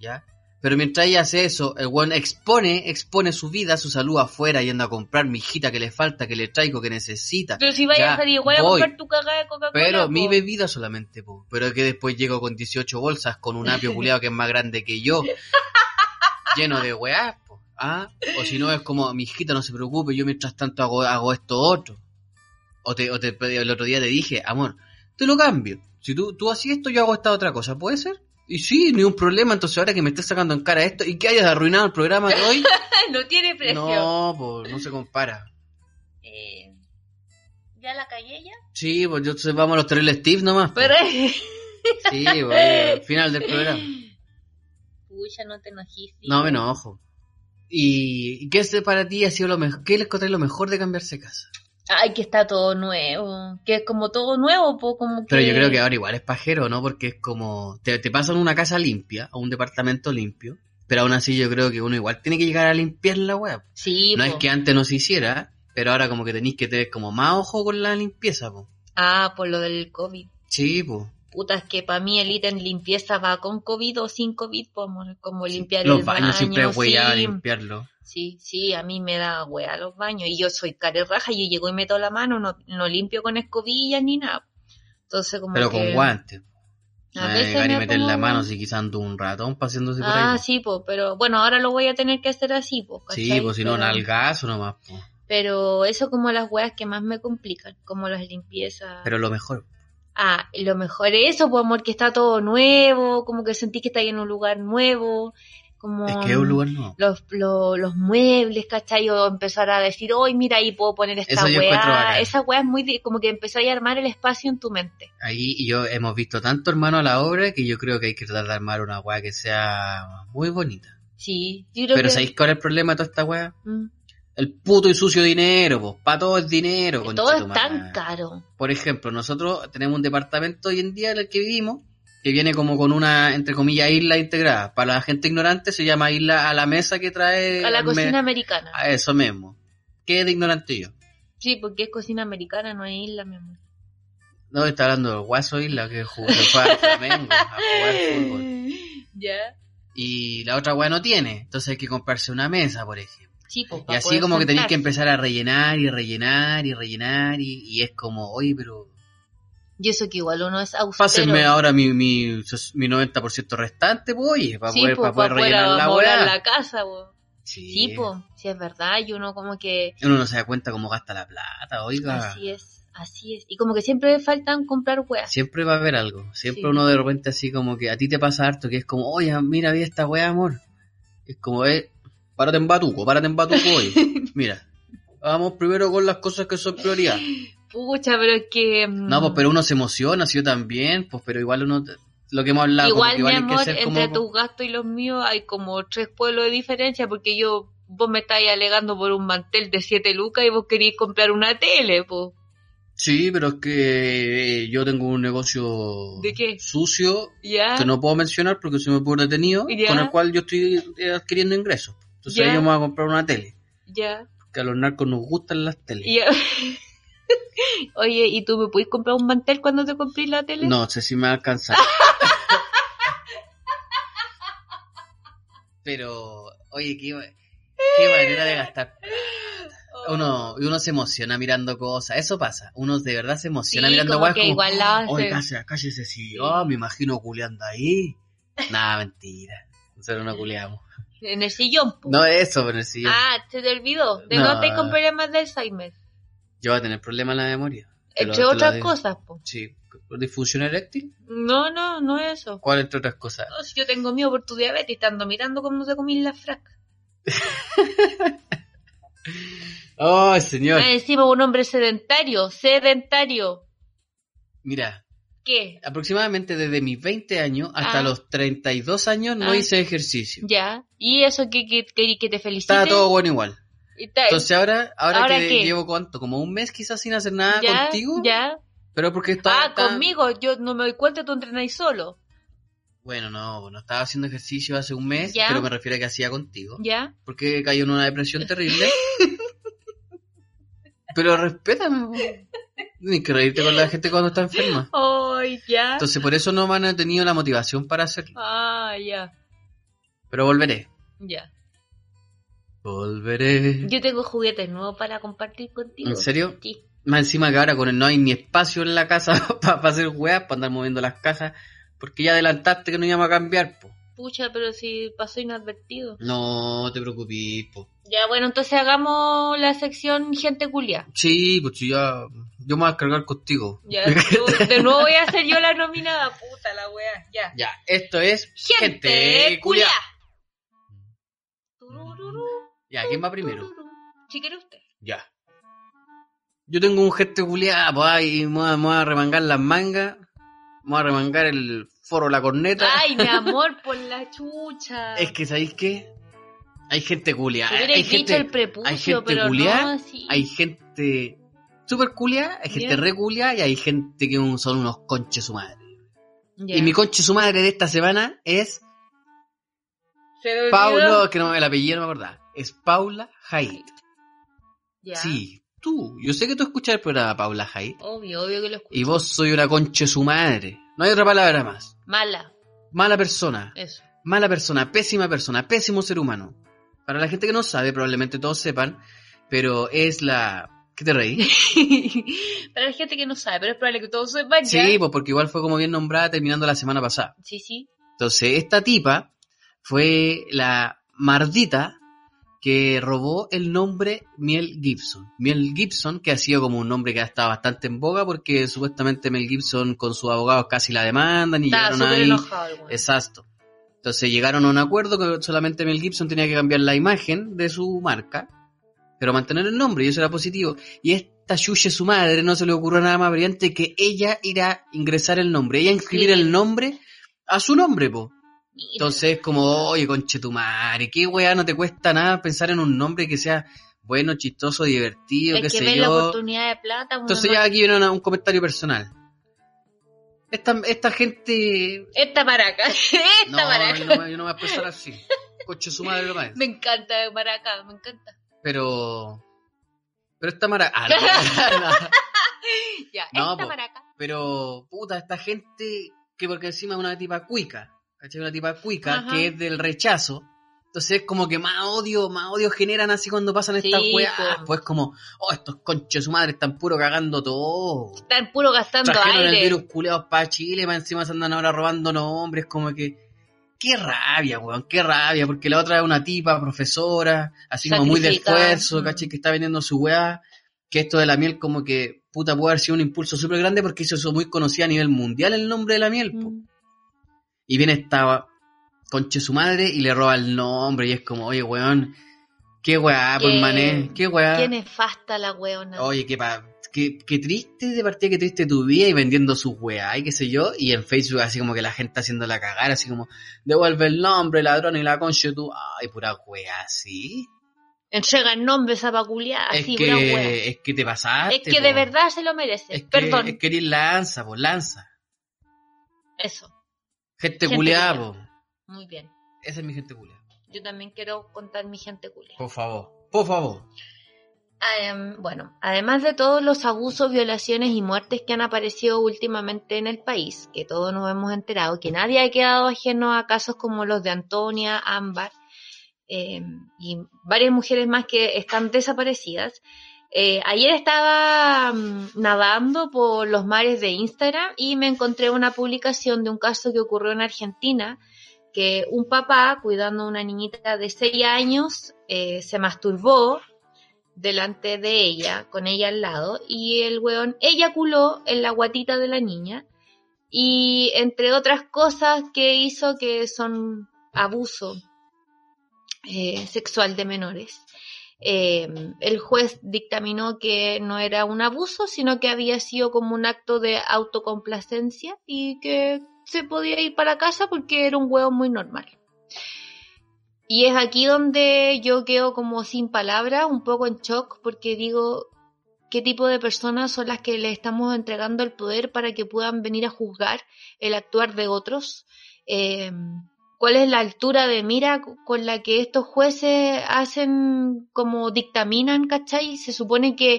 S3: ¿Ya? Pero mientras ella hace eso, el weón expone, expone su vida, su salud afuera yendo a comprar mi hijita que le falta, que le traigo, que necesita.
S2: Pero si vayas
S3: Ya,
S2: a salir igual a
S3: voy.
S2: comprar tu cagada de Coca-Cola.
S3: Pero
S2: po.
S3: mi bebida solamente, po. pero que después llego con 18 bolsas con un apio culeado que es más grande
S2: *laughs*
S3: que yo, lleno de weás, po. ¿Ah? o si no es como, mi hijita no se preocupe, yo mientras tanto hago, hago esto otro. O, te, o te- el otro día te dije, amor, te lo cambio. Si tú, tú haces esto, yo hago esta otra cosa, ¿puede ser? Y sí, ni un problema, entonces ahora que me estés sacando en cara esto y que hayas arruinado el programa de
S2: *laughs*
S3: hoy,
S2: Ay, *laughs* no tiene precio.
S3: no, po, no se compara.
S2: Eh, ¿Ya la callé ya?
S3: Sí, pues yo entonces vamos a los terribles Steve nomás. po.
S2: Pero...
S3: Sí, po, eh, final del programa.
S2: Pucha, no te enojís. sí.
S3: No me enojo. ¿Y y qué es para ti ha sido lo mejor? ¿Qué les encontré lo mejor de cambiarse de casa?
S2: Ay, que está todo nuevo. Que es como todo nuevo, po, como que...
S3: Pero yo creo que ahora igual es pajero, ¿no? Porque es como. Te, te pasan una casa limpia, o un departamento limpio. Pero aún así yo creo que uno igual tiene que llegar a limpiar la web.
S2: Sí,
S3: No es
S2: po.
S3: que antes no se hiciera, pero ahora como que tenéis que tener como más ojo con la limpieza, po.
S2: Ah, por lo del COVID.
S3: Sí, po.
S2: Putas, que para mí el ítem limpieza va con COVID o sin COVID, po, amor. Como limpiar
S3: Los
S2: el
S3: baños
S2: baño.
S3: siempre es huellado
S2: sí.
S3: limpiarlo.
S2: Sí, sí, a mí me da wea los baños. Y yo soy care raja, yo llego y meto la mano, no, no limpio con escobillas ni nada. Entonces, como
S3: Pero
S2: que...
S3: con guantes. No
S2: A
S3: hay que
S2: veces
S3: llegar y
S2: me
S3: meter la
S2: pongo-
S3: mano si quizás ando un ratón paseándose por
S2: Ah,
S3: ahí. po.
S2: sí, po, pero bueno, ahora lo voy a tener que hacer así, po,
S3: Sí,
S2: ¿cachai?
S3: pues si no,
S2: Pero-
S3: nalgazo nomás, po.
S2: Pero eso como las weas que más me complican, como las limpiezas.
S3: Pero lo mejor.
S2: Ah, y lo mejor es eso, pues amor, que está todo nuevo, como que sentí que está ahí en un lugar nuevo, como
S3: Es que es un lugar nuevo.
S2: Los, lo- los muebles, ¿cachai? O empezar a decir, hoy mira, ahí puedo poner esta
S3: Eso yo encuentro
S2: weá.
S3: bacán.
S2: Esa weá es muy, de- como que empezó a armar el espacio en tu mente.
S3: Ahí y yo hemos visto tanto hermano a la obra que yo creo que hay que tratar de armar una weá que sea muy bonita.
S2: Sí, yo creo
S3: Pero
S2: que-
S3: ¿sabéis cuál es el problema de toda esta weá?
S2: Mm.
S3: El puto y sucio dinero, pues. Para todo el dinero,
S2: Que todo es
S3: conchetumare.
S2: tan caro.
S3: Por ejemplo, nosotros tenemos un departamento hoy en día en el que vivimos que viene como con una, entre comillas, isla integrada. Para la gente ignorante se llama isla a la mesa que trae...
S2: A la
S3: Eh, me- Ah.
S2: cocina americana.
S3: a eso mismo. ¿Qué de ignorante yo?
S2: Sí, porque es cocina americana, no es isla, mi amor.
S3: No, está hablando del Guaso Isla que jugó, se fue al Flamengo a Ah, jugar fútbol.
S2: *laughs* Ya.
S3: y la otra weá no tiene. Entonces hay que comprarse una mesa, por ejemplo.
S2: Sí, pues,
S3: Y
S2: para
S3: así
S2: poder
S3: como que tenéis que
S2: sentarse.
S3: empezar a rellenar y rellenar y rellenar y, y es como, oye, pero...
S2: Y eso que igual uno es austero.
S3: Pásenme ahora mi, mi, mi 90% restante, pues, oye, para
S2: Sí,
S3: poder,
S2: po,
S3: para poder
S2: pa' poder
S3: rellenar la
S2: amoblar
S3: weá.
S2: la casa, po.
S3: Sí.
S2: Sí, pues. po, sí, es verdad, y uno como que...
S3: Uno no se da cuenta cómo gasta la plata, oiga.
S2: Así es, así es. Y como que siempre faltan comprar weas.
S3: Siempre va a haber algo. Siempre
S2: Sí.
S3: uno de repente así como que a ti te pasa harto, que es como, oye, mira, vi esta weá, amor. Es como, eh, párate en batuco, párate en batuco
S2: *laughs*
S3: hoy. Mira, vamos primero con las cosas que son prioridad.
S2: Pucha, pero es que... mm,
S3: No, pues pero uno se emociona, sí, yo también, pues pero igual uno, lo que hemos hablado, como
S2: igual,
S3: que
S2: mi
S3: hay que
S2: amor,
S3: ser
S2: entre
S3: como-
S2: tus gastos y los míos hay como tres pueblos de diferencia, porque yo... Vos me estáis alegando por un mantel de siete lucas y vos querís comprar una tele, po.
S3: Sí, pero es que eh, yo tengo un negocio
S2: ¿De qué?
S3: sucio
S2: ¿Ya?
S3: que no puedo mencionar porque se me puede detenido,
S2: Ya.
S3: con el cual yo estoy eh, adquiriendo ingresos. Entonces
S2: Ya.
S3: ahí yo me voy a comprar una tele,
S2: ¿Ya?
S3: que a los narcos nos gustan las teles.
S2: ¿Ya? *laughs* Oye, ¿y tú me puedes comprar un mantel cuando te comprís la tele?
S3: No sé si me va a alcanzar. pero, oye, qué, qué manera de gastar
S2: Oh.
S3: uno, y uno se emociona mirando cosas, eso pasa, uno de verdad se
S2: Sí,
S3: emociona mirando
S2: como
S3: weas
S2: que
S3: como,
S2: igual la
S3: "Oye,
S2: hace.
S3: cállese, cállese, sí, oh, me imagino culeando ahí. Nada, mentira, nosotros no culeamos.
S2: En el sillón, po.
S3: No eso, pero sí, yo,
S2: Uh. Ah, se te olvidó. De
S3: No.
S2: no, te con problemas de Alzheimer.
S3: yo voy a tener problemas en la memoria. te lo-
S2: Entre
S3: te lo
S2: otras
S3: digo.
S2: cosas, po.
S3: Sí, ¿por disfunción eréctil,
S2: No, no, no es eso.
S3: ¿cuál entre otras cosas?
S2: No, si yo tengo miedo por tu diabetes, te ando mirando cómo te comís la frasca.
S3: Oh, señor,
S2: Ah, encima un hombre sedentario, sedentario.
S3: mira,
S2: ¿Qué?
S3: Aproximadamente desde mis 20 años hasta
S2: Ah.
S3: los 32 años no
S2: Ah.
S3: hice ejercicio.
S2: Ya. ¿Y eso que, que, que, que te felicite?
S3: Estaba todo bueno igual.
S2: Y tal.
S3: Entonces ahora, ahora,
S2: ¿Ahora
S3: que
S2: qué?
S3: llevo cuánto, como un mes quizás sin hacer nada
S2: ¿Ya?
S3: contigo,
S2: ¿Ya?
S3: pero porque estaba...
S2: Ah, conmigo. Yo no me doy cuenta, tú entrenáis solo.
S3: Bueno, no, no estaba haciendo ejercicio hace un mes,
S2: Ya.
S3: pero me refiero a que hacía contigo.
S2: ¿Ya?
S3: Porque cayó en una depresión
S2: *laughs*
S3: terrible. pero respétame. Ni que reírte con la gente cuando está enferma.
S2: Ay, ya.
S3: Entonces por eso no me han tenido la motivación para hacerlo.
S2: Ah, ya.
S3: Pero volveré.
S2: Ya.
S3: Volveré.
S2: Yo tengo juguetes nuevos para compartir contigo.
S3: ¿En serio?
S2: Sí.
S3: Más encima que ahora con el no hay ni espacio en la casa *laughs* para hacer weas, para andar moviendo las cajas. Porque ya adelantaste que no íbamos a cambiar, po.
S2: Pucha, pero si pasó inadvertido.
S3: No te preocupes, po.
S2: Ya, bueno, entonces hagamos la sección gente culia.
S3: Sí, pues si ya. Yo me voy a cargar contigo.
S2: Ya, yo- de nuevo voy a ser yo la nominada, puta la wea. Ya.
S3: Ya, esto es.
S2: Gente,
S3: Gente
S2: culia.
S3: culia. Ya, ¿quién va primero?
S2: Si quiere usted.
S3: Ya. Yo tengo un gesto culiado, pues ahí me voy a- me voy a remangar las mangas, me voy a remangar el foro, la corneta.
S2: Ay, mi amor, por la chucha.
S3: Es que, ¿sabéis qué? Hay gente culiada.
S2: Te
S3: Hay,
S2: hubiera
S3: hay
S2: dicho el
S3: gente,
S2: prepucio,
S3: hay gente
S2: pero
S3: culiá,
S2: no, sí.
S3: hay gente super culiada, hay gente
S2: Ya.
S3: re culiada y hay gente que un- son unos conches su madre.
S2: Ya.
S3: Y mi conche su madre de esta semana es
S2: Se me olvidó.
S3: Paulo, que no me el apellido, no me acordaba. Es Paula Haidt.
S2: Ya.
S3: Sí, tú. Yo sé que tú escuchas el programa Paula Haidt.
S2: Obvio, obvio que lo escucho.
S3: Y vos soy una concha de su madre. No hay otra palabra más.
S2: Mala,
S3: Mala persona.
S2: eso. *laughs*
S3: Mala persona, pésima persona, pésimo ser humano. Para la gente que no sabe, probablemente todos sepan, pero es la... ¿Qué te
S2: *laughs*
S3: reí?
S2: Para la gente que no sabe, pero es probable que todos sepan ya.
S3: Sí, pues porque igual fue como bien nombrada terminando la semana pasada.
S2: Sí, sí.
S3: Entonces, esta tipa fue la mardita que robó el nombre Miel Gibson. Miel Gibson, que ha sido como un nombre que ha estado bastante en boga porque supuestamente Mel Gibson con sus abogados casi la demandan y
S2: Estaba
S3: llegaron
S2: súper
S3: ahí.
S2: enojado el weón.
S3: Exacto. Entonces llegaron a un acuerdo que solamente Mel Gibson tenía que cambiar la imagen de su marca, pero mantener el nombre, y eso era positivo. Y esta Yuye, su madre, no se le ocurrió nada más brillante que ella ir a ingresar el nombre, ella inscribir
S2: Sí.
S3: el nombre a su nombre, po.
S2: Mira.
S3: Entonces es como, oye, conchetumare, qué weá, no te cuesta nada pensar en un nombre que sea bueno, chistoso, divertido,
S2: es
S3: qué
S2: que
S3: sé
S2: ven la
S3: yo.
S2: oportunidad de plata. uno
S3: Entonces
S2: no-
S3: ya aquí viene una- un comentario personal. Esta, esta gente
S2: Esta maraca. *laughs* Esta
S3: no,
S2: maraca.
S3: yo no, me- yo no me voy a expresar así. Coche su madre lo más.
S2: Me encanta maraca, me encanta.
S3: Pero. Pero esta mara. ah,
S2: *laughs*
S3: no, no, no.
S2: Ya,
S3: No,
S2: esta
S3: po.
S2: maraca.
S3: Pero, puta, esta gente que porque encima es una tipa cuica. ¿Cachai? Una tipa cuica
S2: Ajá.
S3: que es del rechazo. Entonces es como que más odio, más odio generan así cuando pasan estas
S2: Sí,
S3: weas.
S2: po.
S3: Pues como, oh, estos conches su madre están puro cagando todo.
S2: Están puro gastando
S3: Trajeron el
S2: aire.
S3: virus culeados para Chile, más encima se andan ahora robando nombres, como que. Qué rabia, weón, qué rabia, porque la otra es una tipa, profesora, así como muy de
S2: Sacrificada.
S3: esfuerzo,
S2: Mm.
S3: caché, que está vendiendo su weá, que esto de la miel como que, puta, puede haber sido un impulso súper grande porque hizo eso muy conocida a nivel mundial el nombre de la miel, po.
S2: Mm.
S3: Y viene esta conche su madre y le roba el nombre y es como, oye, weón, qué weá, por
S2: Qué-
S3: mané, qué weá.
S2: Qué nefasta la weona.
S3: Oye, qué, pa- qué, qué triste de partida, qué triste tu vida y vendiendo sus weas y qué sé yo. Y en Facebook así como que la gente haciéndola cagar, así como, devuelve el nombre, ladrón y la concha de tu... Ay, pura wea, sí.
S2: Entregan nombres a vaculiar,
S3: Es
S2: así, pura wea.
S3: que, es que te pasaste.
S2: Es que
S3: po.
S2: de verdad se lo merece.
S3: Es que,
S2: Perdón,
S3: Es que eres lanza, pues lanza.
S2: eso.
S3: Gente
S2: Gente
S3: culiada,
S2: culiá.
S3: po.
S2: Muy bien.
S3: Esa es mi gente culiada.
S2: Yo también quiero contar mi gente culia.
S3: Por favor, por favor.
S2: Em, bueno, además de todos los abusos, violaciones y muertes que han aparecido últimamente en el país, que todos nos hemos enterado, que nadie ha quedado ajeno a casos como los de Antonia, Ámbar em, y varias mujeres más que están desaparecidas. Eh, ayer estaba mm, nadando por los mares de Instagram y me encontré una publicación de un caso que ocurrió en Argentina, que un papá cuidando a una niñita de 6 años eh, se masturbó delante de ella, con ella al lado, y el weón eyaculó en la guatita de la niña, y entre otras cosas que hizo que son abuso eh, sexual de menores. eh, el juez dictaminó que no era un abuso, sino que había sido como un acto de autocomplacencia y que se podía ir para casa porque era un huevo muy normal. Y es aquí donde yo quedo como sin palabras, un poco en shock, porque digo, ¿qué tipo de personas son las que le estamos entregando el poder para que puedan venir a juzgar el actuar de otros? Eh, cuál es la altura de mira con la que estos jueces hacen como dictaminan, ¿cachai? Se supone que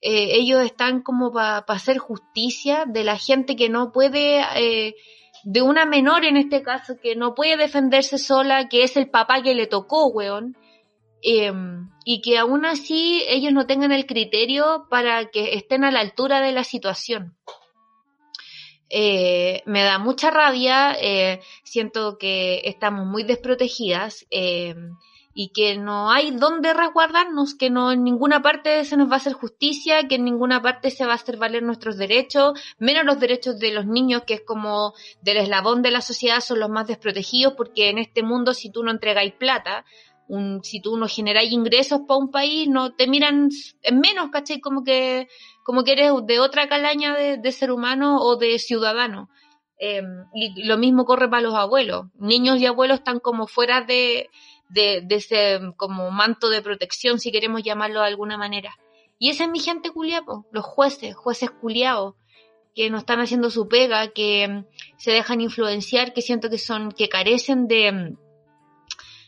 S2: eh, ellos están como para pa hacer justicia de la gente que no puede, eh, de una menor en este caso, que no puede defenderse sola, que es el papá que le tocó, weón. Eh, y que aún así ellos no tengan el criterio para que estén a la altura de la situación. Eh, me da mucha rabia, eh, siento que estamos muy desprotegidas eh, y que no hay dónde resguardarnos, que no en ninguna parte se nos va a hacer justicia, que en ninguna parte se va a hacer valer nuestros derechos, menos los derechos de los niños, que es como del eslabón de la sociedad, son los más desprotegidos, porque en este mundo si tú no entregáis plata, un, si tú no generáis ingresos para un país, no te miran en menos, ¿cachai? Como que, como que eres de otra calaña de, de ser humano o de ciudadano. Eh, y lo mismo corre para los abuelos. Niños y abuelos están como fuera de, de, de, ese como manto de protección, si queremos llamarlo de alguna manera. Y esa es mi gente culiapo, los jueces, jueces culiados que no están haciendo su pega, que se dejan influenciar, que siento que son, que carecen de,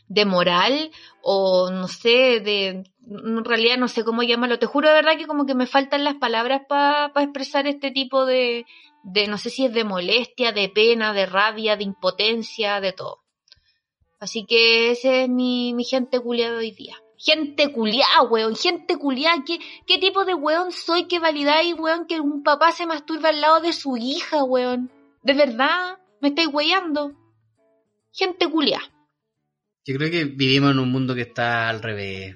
S2: de moral o no sé, de en realidad no sé cómo llamarlo. Te juro de verdad que como que me faltan las palabras para pa expresar este tipo de, de, no sé si es de molestia, de pena, de rabia, de impotencia, de todo. Así que ese es mi, mi gente culiada hoy día. Gente culiada, weón, gente culiada. ¿Qué, ¿Qué tipo de weón soy que validáis, weón, que un papá se masturba al lado de su hija, weón? ¿De verdad? ¿Me estáis weyando? Gente culiada.
S3: Yo creo que vivimos en un mundo que está al revés,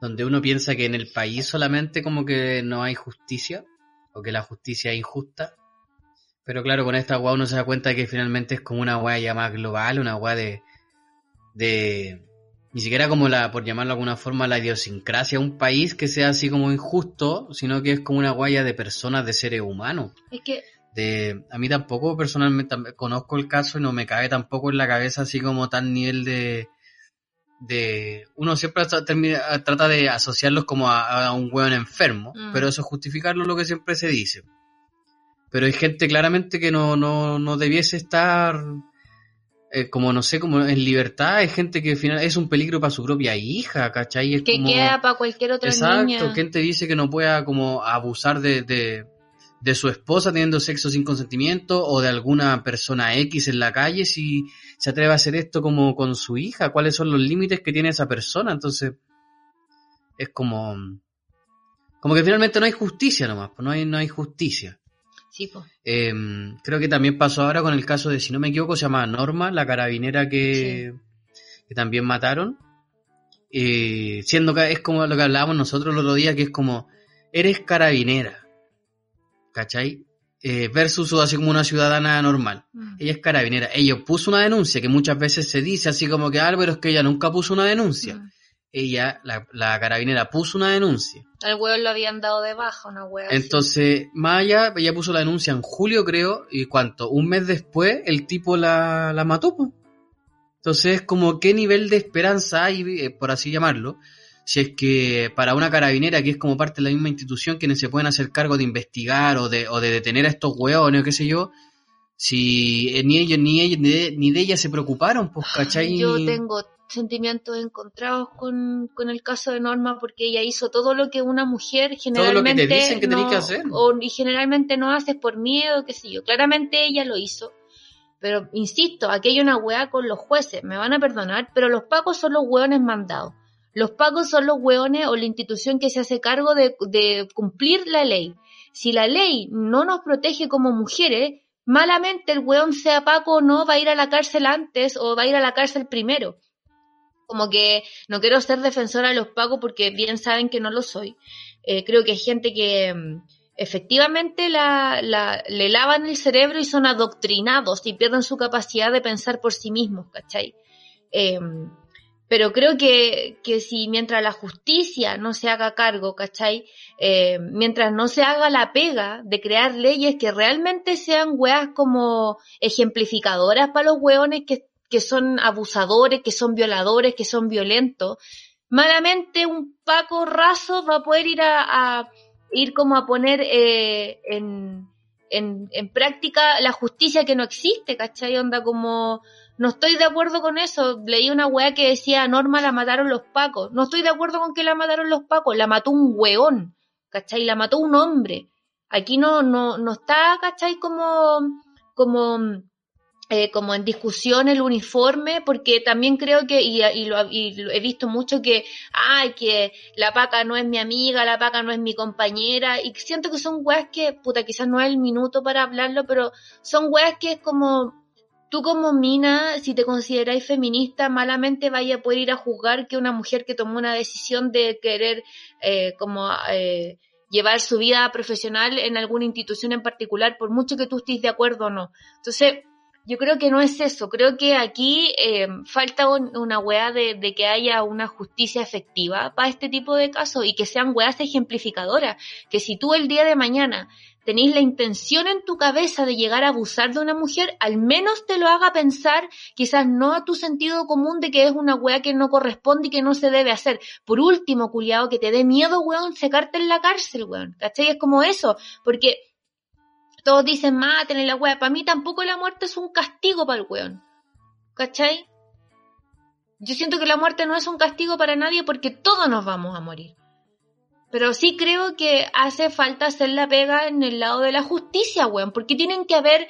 S3: donde uno piensa que en el país solamente como que no hay justicia, o que la justicia es injusta, pero claro, con esta weá uno se da cuenta que finalmente es como una weá ya más global, una weá de, de, ni siquiera como la, por llamarlo de alguna forma, la idiosincrasia de un país que sea así como injusto, sino que es como una guaya de personas, de seres humanos.
S2: Es que
S3: De, a mí tampoco personalmente tam- conozco el caso y no me cabe tampoco en la cabeza así como tal nivel de, de uno siempre tra- termina- trata de asociarlos como a, a un hueón enfermo,
S2: Mm.
S3: pero eso es justificarlo es lo que siempre se dice. Pero hay gente claramente que no, no, no debiese estar eh, como no sé, como en libertad, hay gente que al final es un peligro para su propia hija, ¿cachai? Es
S2: que
S3: como-
S2: queda para cualquier otra
S3: Exacto,
S2: niña.
S3: ¿quién te dice que no pueda como abusar de, de, de su esposa teniendo sexo sin consentimiento o de alguna persona X en la calle si se atreve a hacer esto como con su hija? ¿Cuáles son los límites que tiene esa persona? Entonces, es como... Como que finalmente no hay justicia nomás, pues, no hay, no hay justicia.
S2: Sí, po.
S3: Eh, creo que también pasó ahora con el caso de, si no me equivoco, se llama Norma, la carabinera que, que también mataron. Eh, siendo que es como lo que hablábamos nosotros el otro día, que es como, eres carabinera, ¿cachai? Eh, versus así como una ciudadana normal.
S2: Mm.
S3: Ella es carabinera. Ella puso una denuncia, que muchas veces se dice así como que, ah, pero es que ella nunca puso una denuncia.
S2: Mm.
S3: Ella, la, la carabinera, puso una denuncia.
S2: Al hueón lo habían dado de baja, una hueá. así.
S3: Entonces, más allá, ella puso la denuncia en julio, creo, y cuánto, un mes después, el tipo la, la mató. po. Entonces, como qué nivel de esperanza hay, eh, por así llamarlo, si es que para una carabinera que es como parte de la misma institución, quienes se pueden hacer cargo de investigar o de, o de detener a estos hueones o qué sé yo, si eh, ni ellos, ni ellos, ni de, ni de ella se preocuparon, pues, ¿cachai?
S2: Yo tengo sentimientos encontrados con, con el caso de Norma porque ella hizo todo lo que una mujer
S3: Todo lo que
S2: generalmente
S3: te dicen que
S2: no,
S3: tenés que hacer.
S2: o- y generalmente no haces por miedo, qué sé yo. Claramente ella lo hizo. Pero insisto, aquí hay una hueá con los jueces, me van a perdonar, pero los pacos son los hueones mandados. Los pacos son los hueones o la institución que se hace cargo de, de cumplir la ley. Si la ley no nos protege como mujeres, malamente el hueón sea paco o no, va a ir a la cárcel antes o va a ir a la cárcel primero. Como que no quiero ser defensora de los pacos porque bien saben que no lo soy. Eh, creo que hay gente que mm, efectivamente la, la- le lavan el cerebro y son adoctrinados y pierden su capacidad de pensar por sí mismos, ¿cachai? Eh, Pero creo que, que si mientras la justicia no se haga cargo, ¿cachai? Eh, mientras no se haga la pega de crear leyes que realmente sean weas como ejemplificadoras para los weones que, que son abusadores, que son violadores, que son violentos, malamente un Paco raso va a poder ir a, a ir como a poner eh, en, en, en, práctica la justicia que no existe, ¿cachai? Onda como, no estoy de acuerdo con eso. Leí una weá que decía, a Norma la mataron los pacos. No estoy de acuerdo con que la mataron los pacos, la mató un weón, ¿cachai? La mató un hombre. Aquí no, no, no está, ¿cachai? Como, como, eh, como en discusión el uniforme, porque también creo que, y, y, lo, y, lo, he visto mucho que, ay, que la paca no es mi amiga, la paca no es mi compañera, y siento que son weas que, puta, quizás no es el minuto para hablarlo, pero son weas que es como, tú como mina, si te consideráis feminista, malamente vaya a poder ir a juzgar que una mujer que tomó una decisión de querer, eh, como, eh, llevar su vida profesional en alguna institución en particular, por mucho que tú estés de acuerdo o no. Entonces, yo creo que no es eso, creo que aquí eh, falta un, una weá de, de, que haya una justicia efectiva para este tipo de casos y que sean weas ejemplificadoras, que si tú el día de mañana tenéis la intención en tu cabeza de llegar a abusar de una mujer, al menos te lo haga pensar, quizás no a tu sentido común de que es una weá que no corresponde y que no se debe hacer. Por último, culiado, que te dé miedo, weón, secarte en la cárcel, weón, ¿cachai? Es como eso, porque todos dicen maten en la wea. Para mí tampoco la muerte es un castigo para el weón. ¿Cachai? Yo siento que la muerte no es un castigo para nadie porque todos nos vamos a morir. Pero sí creo que hace falta hacer la pega en el lado de la justicia, weón. Porque tienen que haber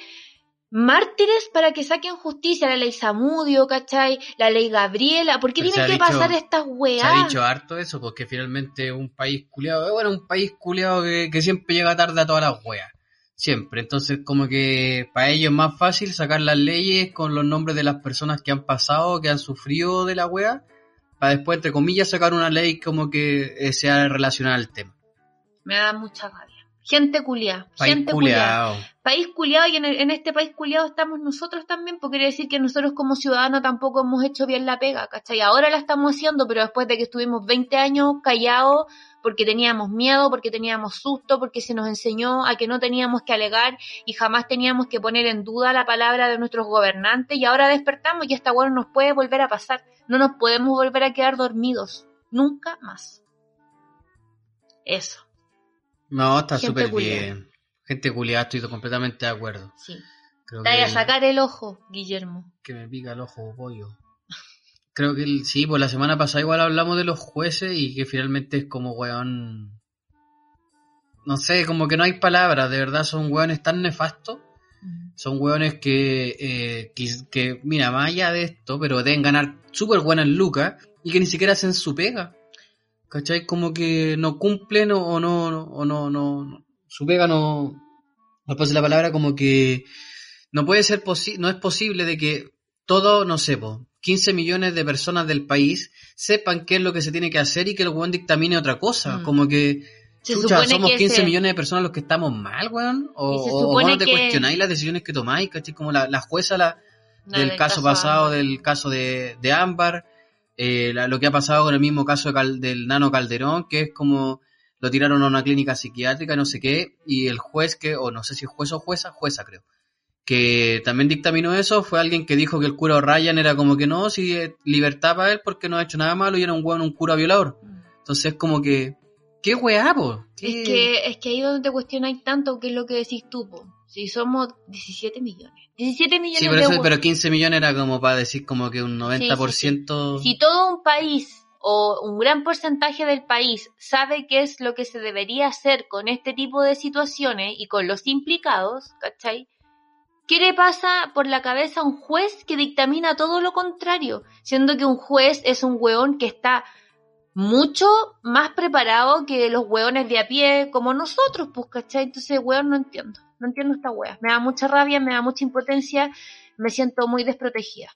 S2: mártires para que saquen justicia. La ley Samudio, ¿cachai? La ley Gabriela. ¿Por qué Pero tienen que dicho, pasar estas weas?
S3: Se ha dicho harto eso porque finalmente un país culiado, bueno, un país culiado que, que siempre llega tarde a todas las weas siempre. Entonces, como que para ellos es más fácil sacar las leyes con los nombres de las personas que han pasado, que han sufrido de la wea, para después, entre comillas, sacar una ley como que eh, sea relacionada al tema.
S2: Me da mucha rabia. Gente culiada, gente culiada. País culiado y en, el, en, este país culiado estamos nosotros también, porque quiere decir que nosotros como ciudadanos tampoco hemos hecho bien la pega, ¿cachai? Ahora la estamos haciendo, pero después de que estuvimos 20 años callados porque teníamos miedo, porque teníamos susto, porque se nos enseñó a que no teníamos que alegar y jamás teníamos que poner en duda la palabra de nuestros gobernantes y ahora despertamos y esta bueno nos puede volver a pasar. No nos podemos volver a quedar dormidos, nunca más. Eso.
S3: No, está súper bien. Gente culiada, estoy completamente de acuerdo. Sí.
S2: Creo Te que... a sacar el ojo, Guillermo.
S3: Que me pica el ojo, pollo creo que el, sí, pues la semana pasada igual hablamos de los jueces y que finalmente es como weón. No sé, como que no hay palabras, de verdad son weones tan nefastos. Son weones que, eh, que, que, mira, más allá de esto, pero deben ganar súper buenas lucas y que ni siquiera hacen su pega. ¿Cachai? Como que no cumplen o, o no, no, o no, no, su pega no, no pase la palabra, como que no puede ser posible, no es posible de que todo, no sé, po, 15 millones de personas del país sepan qué es lo que se tiene que hacer y que el weón dictamine otra cosa. Mm. Como que, chucha, somos que 15 ese... millones de personas los que estamos mal, weón. O, o no te que... cuestionáis las decisiones que tomáis, ¿cachai? Como la, la jueza la, no, del, del, caso, caso pasado, de... del caso de, de Ámbar, eh, la, lo que ha pasado con el mismo caso de Cal, del nano Calderón, que es como lo tiraron a una clínica psiquiátrica, no sé qué, y el juez que, o oh, no sé si juez o jueza, jueza creo que también dictaminó eso fue alguien que dijo que el cura Ryan era como que no, si eh, libertad para él porque no ha hecho nada malo y era un weón, un cura violador. Entonces como que, ¿qué weá, po? ¿Qué?
S2: Es, que, es que ahí donde te cuestionáis tanto qué es lo que decís tú, po. Si somos 17 millones. 17 millones
S3: sí,
S2: pero,
S3: eso,
S2: de
S3: pero 15 millones era como para decir como que un 90%. Sí,
S2: sí, sí. Si todo un país o un gran porcentaje del país sabe qué es lo que se debería hacer con este tipo de situaciones y con los implicados, ¿cachai? ¿Qué le pasa por la cabeza a un juez que dictamina todo lo contrario? Siendo que un juez es un hueón que está mucho más preparado que los hueones de a pie como nosotros, pues, ¿cachai? Entonces, hueón, no entiendo. No entiendo esta hueá. Me da mucha rabia, me da mucha impotencia, me siento muy desprotegida.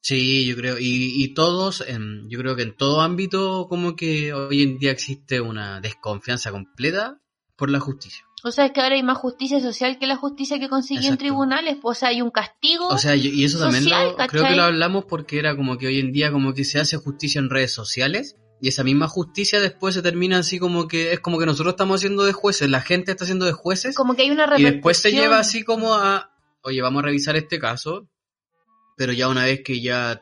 S3: Sí, yo creo. Y, y todos, en, yo creo que en todo ámbito como que hoy en día existe una desconfianza completa por la justicia.
S2: O sea, es que ahora hay más justicia social que la justicia que conseguí en
S3: Exacto.
S2: tribunales. pues, o sea, hay un castigo.
S3: O sea, yo- y eso también
S2: social,
S3: lo- creo
S2: ¿cachai?
S3: que lo hablamos porque era como que hoy en día como que se hace justicia en redes sociales y esa misma justicia después se termina así como que es como que nosotros estamos haciendo de jueces, la gente está haciendo de jueces
S2: como que hay una
S3: y
S2: repercusión.
S3: después se lleva así como a, oye, vamos a revisar este caso, pero ya una vez que ya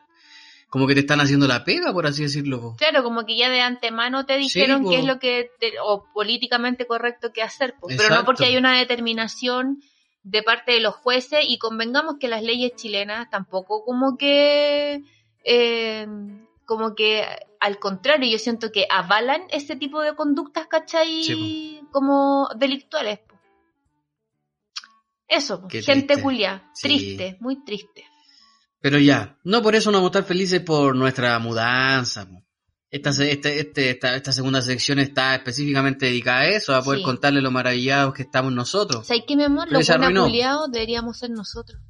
S3: como que te están haciendo la pega, por así decirlo. po.
S2: Claro, como que ya de antemano te dijeron
S3: po.
S2: qué es lo que, te- o políticamente correcto que hacer, po. pero no
S3: Exacto.
S2: porque hay una determinación de parte de los jueces y convengamos que las leyes chilenas tampoco como que, eh, como que al contrario, yo siento que avalan este tipo de conductas, ¿cachai?
S3: Sí,
S2: Como delictuales. po. Eso, po.
S3: Qué
S2: gente
S3: triste.
S2: culia,
S3: Sí.
S2: triste, muy triste.
S3: Pero ya, no por eso nos vamos a estar felices por nuestra mudanza. po. Esta, se- este- este- esta, esta segunda sección está específicamente dedicada a eso, a poder
S2: Sí.
S3: contarle lo maravillados que estamos nosotros.
S2: ¿Sabes qué, mi amor?
S3: Pero
S2: Los
S3: se arruinó.
S2: guanaculeados deberíamos ser nosotros.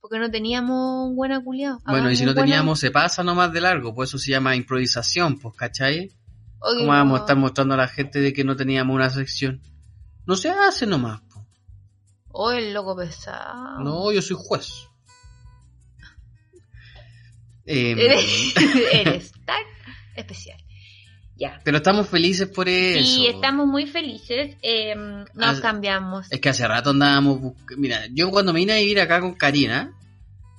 S2: Porque no teníamos un guanaculeado.
S3: Bueno, y
S2: Hagamos
S3: si no
S2: un guana-
S3: teníamos, se pasa nomás de largo, pues eso se llama improvisación, pues, ¿cachai?
S2: Oye,
S3: ¿Cómo vamos a
S2: no.
S3: estar mostrando a la gente de que no teníamos una sección? No se hace nomás, po.
S2: Oye, oh, el loco pesado. *laughs*
S3: No, yo soy juez. Em,
S2: Eres, eres tan especial. Ya.
S3: pero estamos felices por eso.
S2: Y estamos muy felices. eh, nos
S3: Ah,
S2: cambiamos.
S3: Es que hace rato andábamos buscando. Mira, yo cuando me vine a vivir acá con Karina,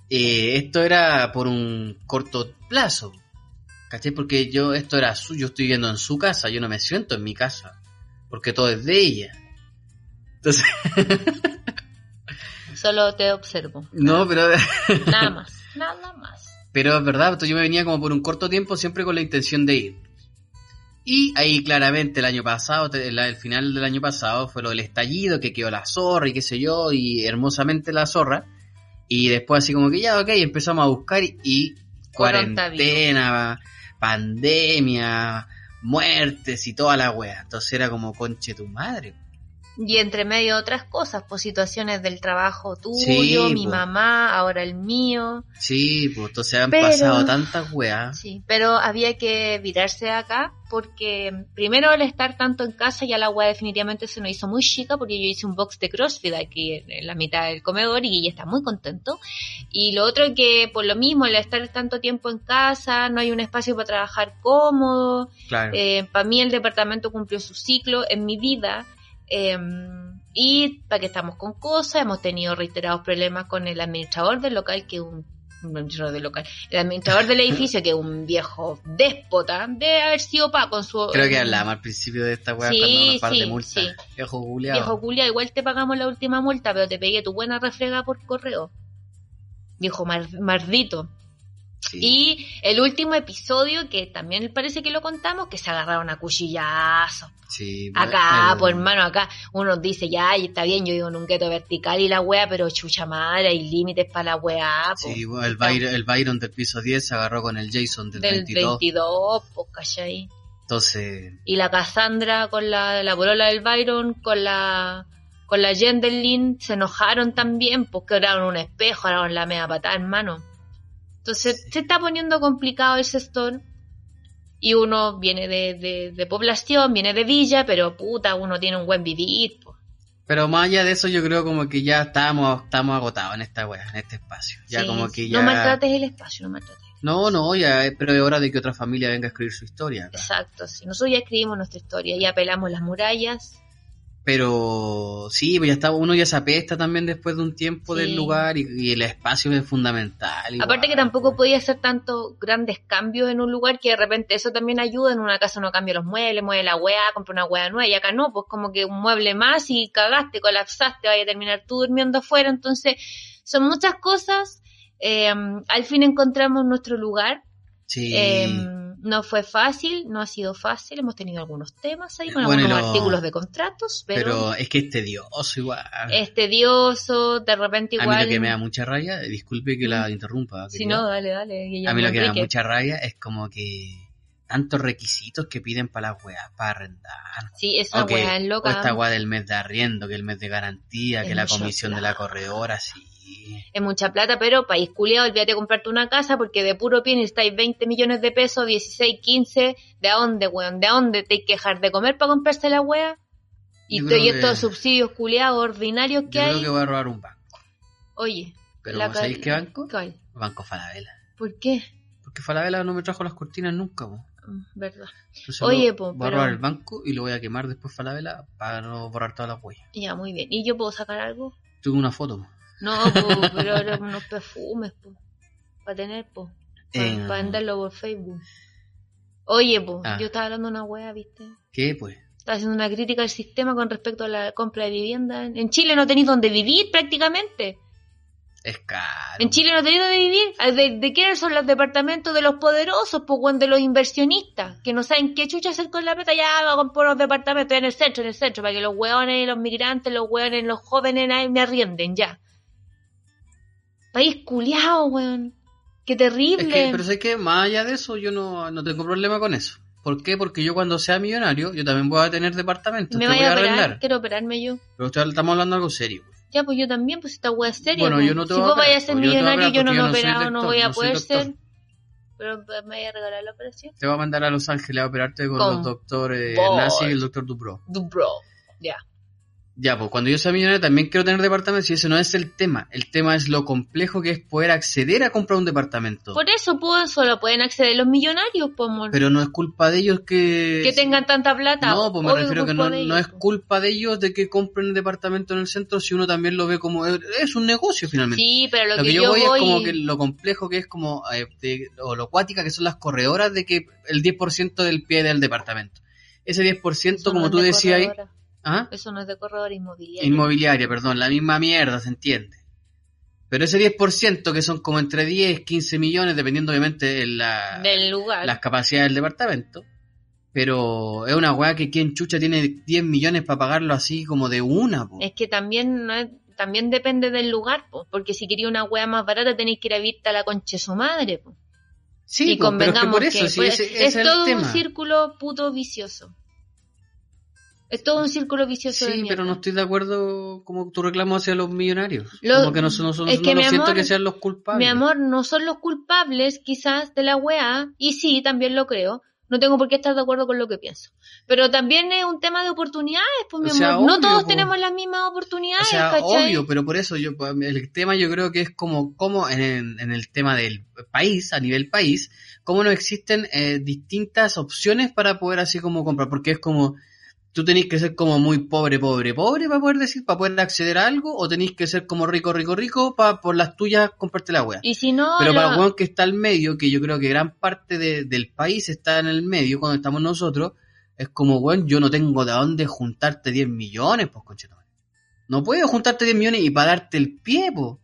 S3: eh, esto era por un corto plazo. ¿Cachai? Porque yo, esto era su, yo estoy viviendo en su casa, yo no me siento en mi casa. Porque todo es de ella. Entonces,
S2: Solo te observo.
S3: no, pero, *laughs*
S2: Nada más. Nada más.
S3: pero es verdad, pues, yo me venía como por un corto tiempo siempre con la intención de ir. Y ahí claramente el año pasado, te- la- el final del año pasado fue lo del estallido, que quedó la zorra y qué sé yo, y hermosamente la zorra. Y después así como que ya, ok, empezamos a buscar y, y
S2: Coronavirus.
S3: cuarentena, pandemia, muertes y toda la wea. Entonces era como conche tu madre.
S2: Y entre medio otras cosas, pues situaciones del trabajo tuyo,
S3: Sí, pues.
S2: mi
S3: po.
S2: mamá, ahora el mío.
S3: Sí, pues entonces han
S2: Pero-
S3: pasado tantas weas.
S2: Sí, pero había que virarse de acá porque primero al estar tanto en casa ya la agua definitivamente se nos hizo muy chica porque yo hice un box de CrossFit aquí en, en la mitad del comedor y ella está muy contento. Y lo otro que por lo mismo al estar tanto tiempo en casa no hay un espacio para trabajar cómodo.
S3: Claro.
S2: para Eh, mí el departamento cumplió su ciclo en mi vida. eh, y para que estamos con cosas, hemos tenido reiterados problemas con el administrador del local, que es un un administrador del local, el administrador del edificio, que es un viejo déspota, de haber sido pa con su
S3: Creo que hablamos al principio de esta wea
S2: Sí,
S3: cuando nos parte
S2: sí,
S3: multa.
S2: sí.
S3: Viejo Julián.
S2: viejo culia, igual te pagamos la última multa, pero te pegué tu buena refrega por correo. Dijo mar, mardito. Y el último episodio, que también parece que lo contamos, que se agarraron a cuchillazos.
S3: Sí,
S2: Acá,
S3: el-
S2: pues hermano, acá uno dice, ya, y está bien, yo digo en un gueto vertical y la wea, pero chucha madre, hay límites para la wea, po.
S3: Sí, bueno, el, Byron, el Byron del piso 10 se agarró con el Jason del,
S2: del
S3: 22.
S2: 22, po, ¿cachai?
S3: Entonces,
S2: Y la Cassandra con la, la bolola del Byron, con la con la Jen del Lin, se enojaron también, porque oraron un espejo, oraron la media patada, hermano. Entonces, se está poniendo complicado el sector. Y uno viene de, de, de población, viene de villa, pero puta, uno tiene un buen vivir, po.
S3: pero más allá de eso, yo creo como que ya estamos, estamos agotados en esta wea, en este espacio. Ya
S2: Sí,
S3: como
S2: sí.
S3: que ya.
S2: No maltrates el espacio, no maltrates.
S3: No, no, ya, eh, pero es hora de que otra familia venga a escribir su historia. acá.
S2: Exacto, sí. Nosotros ya escribimos nuestra historia, ya pelamos las murallas.
S3: Pero sí, pues ya está, uno ya se apesta también después de un tiempo
S2: Sí.
S3: del lugar y, y el espacio es fundamental. igual,
S2: Aparte que tampoco
S3: pues.
S2: podía hacer tantos grandes cambios en un lugar que de repente eso también ayuda. En una casa uno cambia los muebles, mueve la weá, compra una weá nueva y acá no, pues como que un mueble más y cagaste, colapsaste, vaya a terminar tú durmiendo afuera. Entonces, son muchas cosas. Eh, al fin encontramos nuestro lugar.
S3: Sí.
S2: Eh, no fue fácil, no ha sido fácil. Hemos tenido algunos temas ahí con
S3: Eh, Bueno,
S2: algunos
S3: lo-
S2: artículos de contratos,
S3: pero...
S2: pero
S3: es que es tedioso igual.
S2: es tedioso, de repente
S3: Ah. a mí
S2: igual. Mm.
S3: lo que me da mucha rabia, disculpe que la interrumpa.
S2: si
S3: querida.
S2: no, dale, dale. Guillermo
S3: A mí lo que me da
S2: Enrique.
S3: mucha rabia es como que tantos requisitos que piden para las weas, para arrendar.
S2: Sí, esa
S3: O que-
S2: weá es
S3: o
S2: loca.
S3: esta wea del mes de arriendo, que el mes de garantía,
S2: Es
S3: que la
S2: mucha
S3: comisión de la
S2: plata.
S3: corredora, sí.
S2: Es mucha plata, pero país culiado, olvídate de comprarte una casa porque de puro pie necesitáis 20 millones de pesos, 16, 15. ¿De a dónde, weón? ¿De a dónde te hay que dejar de comer para comprarse la wea? Y
S3: Yo
S2: estoy
S3: creo
S2: estos
S3: que-
S2: subsidios culiados ordinarios que
S3: Yo creo
S2: hay.
S3: que voy a robar un banco.
S2: Oye,
S3: Pero
S2: la
S3: ¿cómo sabéis
S2: ca-
S3: qué banco?
S2: ¿cuál?
S3: Banco Falabella.
S2: ¿Por qué?
S3: Porque Falabella no me trajo las cortinas nunca, po.
S2: Mm, ¿Verdad?
S3: Entonces
S2: Oye,
S3: lo-
S2: po,
S3: voy a
S2: pero-
S3: robar el banco y lo voy a quemar después Falabella para no borrar todas las huellas.
S2: Ya, muy bien. ¿Y yo puedo sacar algo?
S3: Tuve una foto, po. *laughs*
S2: No, po, pero eran unos perfumes, Para tener, po. Para
S3: Eh,
S2: andarlo por Facebook. Oye, po,
S3: Ah.
S2: yo estaba hablando de una wea, ¿viste?
S3: ¿Qué, pues?
S2: Estaba haciendo una crítica al sistema con respecto a la compra de vivienda. En Chile no tenéis donde vivir prácticamente.
S3: Es caro.
S2: En Chile no tenéis donde vivir. Ah, ¿De, de quiénes son los departamentos de los poderosos? Pues, weón, de los inversionistas, que no saben qué chucha hacer con la plata. Ya, vamos por los departamentos, en el centro, en el centro, para que los hueones, los migrantes, los hueones, los jóvenes, nadie me arrienden, ya. País culiao, weón. Qué terrible.
S3: Es que, pero sé que más allá de eso, yo no, no tengo problema con eso. ¿Por qué? Porque yo cuando sea millonario, yo también voy a tener departamentos
S2: me
S3: que voy
S2: vaya a
S3: a
S2: operar,
S3: arrendar.
S2: quiero operarme yo.
S3: Pero estoy- estamos hablando de algo serio.
S2: Ya, pues yo también, pues esta weá es seria.
S3: Bueno,
S2: pues.
S3: yo no te
S2: si
S3: voy a
S2: vos vayas a
S3: operar,
S2: ser
S3: pues, yo te voy a
S2: millonario,
S3: operar
S2: yo no
S3: porque
S2: me he
S3: yo no soy
S2: operado, no
S3: doctor,
S2: voy a
S3: no soy
S2: poder
S3: doctor.
S2: ser. Pero pues, me voy a regalar la operación.
S3: Te va a mandar a Los Ángeles a operarte con,
S2: Con
S3: los doctores
S2: vos.
S3: Nazi y el doctor Dupro.
S2: Du bro.
S3: Ya, pues cuando yo sea millonario también quiero tener departamentos y ese no es el tema. El tema es lo complejo que es poder acceder a comprar un departamento.
S2: Por eso pues, solo pueden acceder los millonarios, pues, mon.
S3: Pero no es culpa de ellos que...
S2: que tengan tanta plata.
S3: No, pues me
S2: Obvio
S3: refiero que
S2: culpa
S3: no,
S2: de
S3: no
S2: ellos,
S3: es
S2: pues.
S3: culpa de ellos de que compren el departamento en el centro si uno también lo ve como... eh, Es un negocio finalmente.
S2: Sí, pero lo,
S3: lo que, yo voy, es como que lo complejo que es como eh, de- o lo cuática que son las corredoras de que el 10% del pie del departamento. Ese
S2: *laughs*
S3: 10%,
S2: Eso no
S3: como
S2: es
S3: tú
S2: de
S3: decías, ahí-
S2: corredora.
S3: ¿ah?
S2: Eso no es de corredor inmobiliario.
S3: inmobiliaria, perdón, la misma mierda, se entiende. Pero ese 10% que son como entre 10, 15 millones, dependiendo obviamente de la,
S2: Del lugar.
S3: las capacidades del departamento. Pero es una weá que quien chucha tiene 10 millones para pagarlo así como de una. po.
S2: Es que también no es- también depende del lugar, pues, porque si quería una wea más barata tenéis que ir a vista la concha de su madre, pues.
S3: Sí,
S2: y
S3: po, pero es que
S2: convengamos
S3: por eso,
S2: que,
S3: sí,
S2: pues,
S3: ese- ese
S2: es
S3: el
S2: todo un
S3: tema.
S2: círculo puto vicioso. Es todo un círculo vicioso. de
S3: Sí,
S2: mierda.
S3: pero no estoy de acuerdo como tu reclamo hacia los millonarios.
S2: Lo-
S3: como que no, son- no, son-
S2: es
S3: no
S2: que,
S3: lo
S2: mi
S3: siento
S2: amor,
S3: que sean los culpables.
S2: Mi amor, no son los culpables quizás de la weá, y sí, también lo creo. No tengo por qué estar de acuerdo con lo que pienso. Pero también es un tema de oportunidades, pues, mi
S3: O sea,
S2: amor. no
S3: obvio,
S2: todos
S3: po.
S2: tenemos las mismas oportunidades,
S3: o sea,
S2: ¿cachai?
S3: obvio, pero por eso yo el tema yo creo que es como, como en, en- en el tema del país, a nivel país, cómo no existen eh, distintas opciones para poder así como comprar, porque es como, tú tenés que ser como muy pobre, pobre, pobre para poder decir, para poder acceder a algo, o tenés que ser como rico, rico, rico para por las tuyas comprarte la wea.
S2: Y si no,
S3: Pero
S2: la-
S3: para el weón que está al medio, que yo creo que gran parte de- del país está en el medio, cuando estamos nosotros, es como, weón, yo no tengo de dónde juntarte 10 millones, pues, conchetumare. No puedo juntarte 10 millones y pagarte el pie, pues.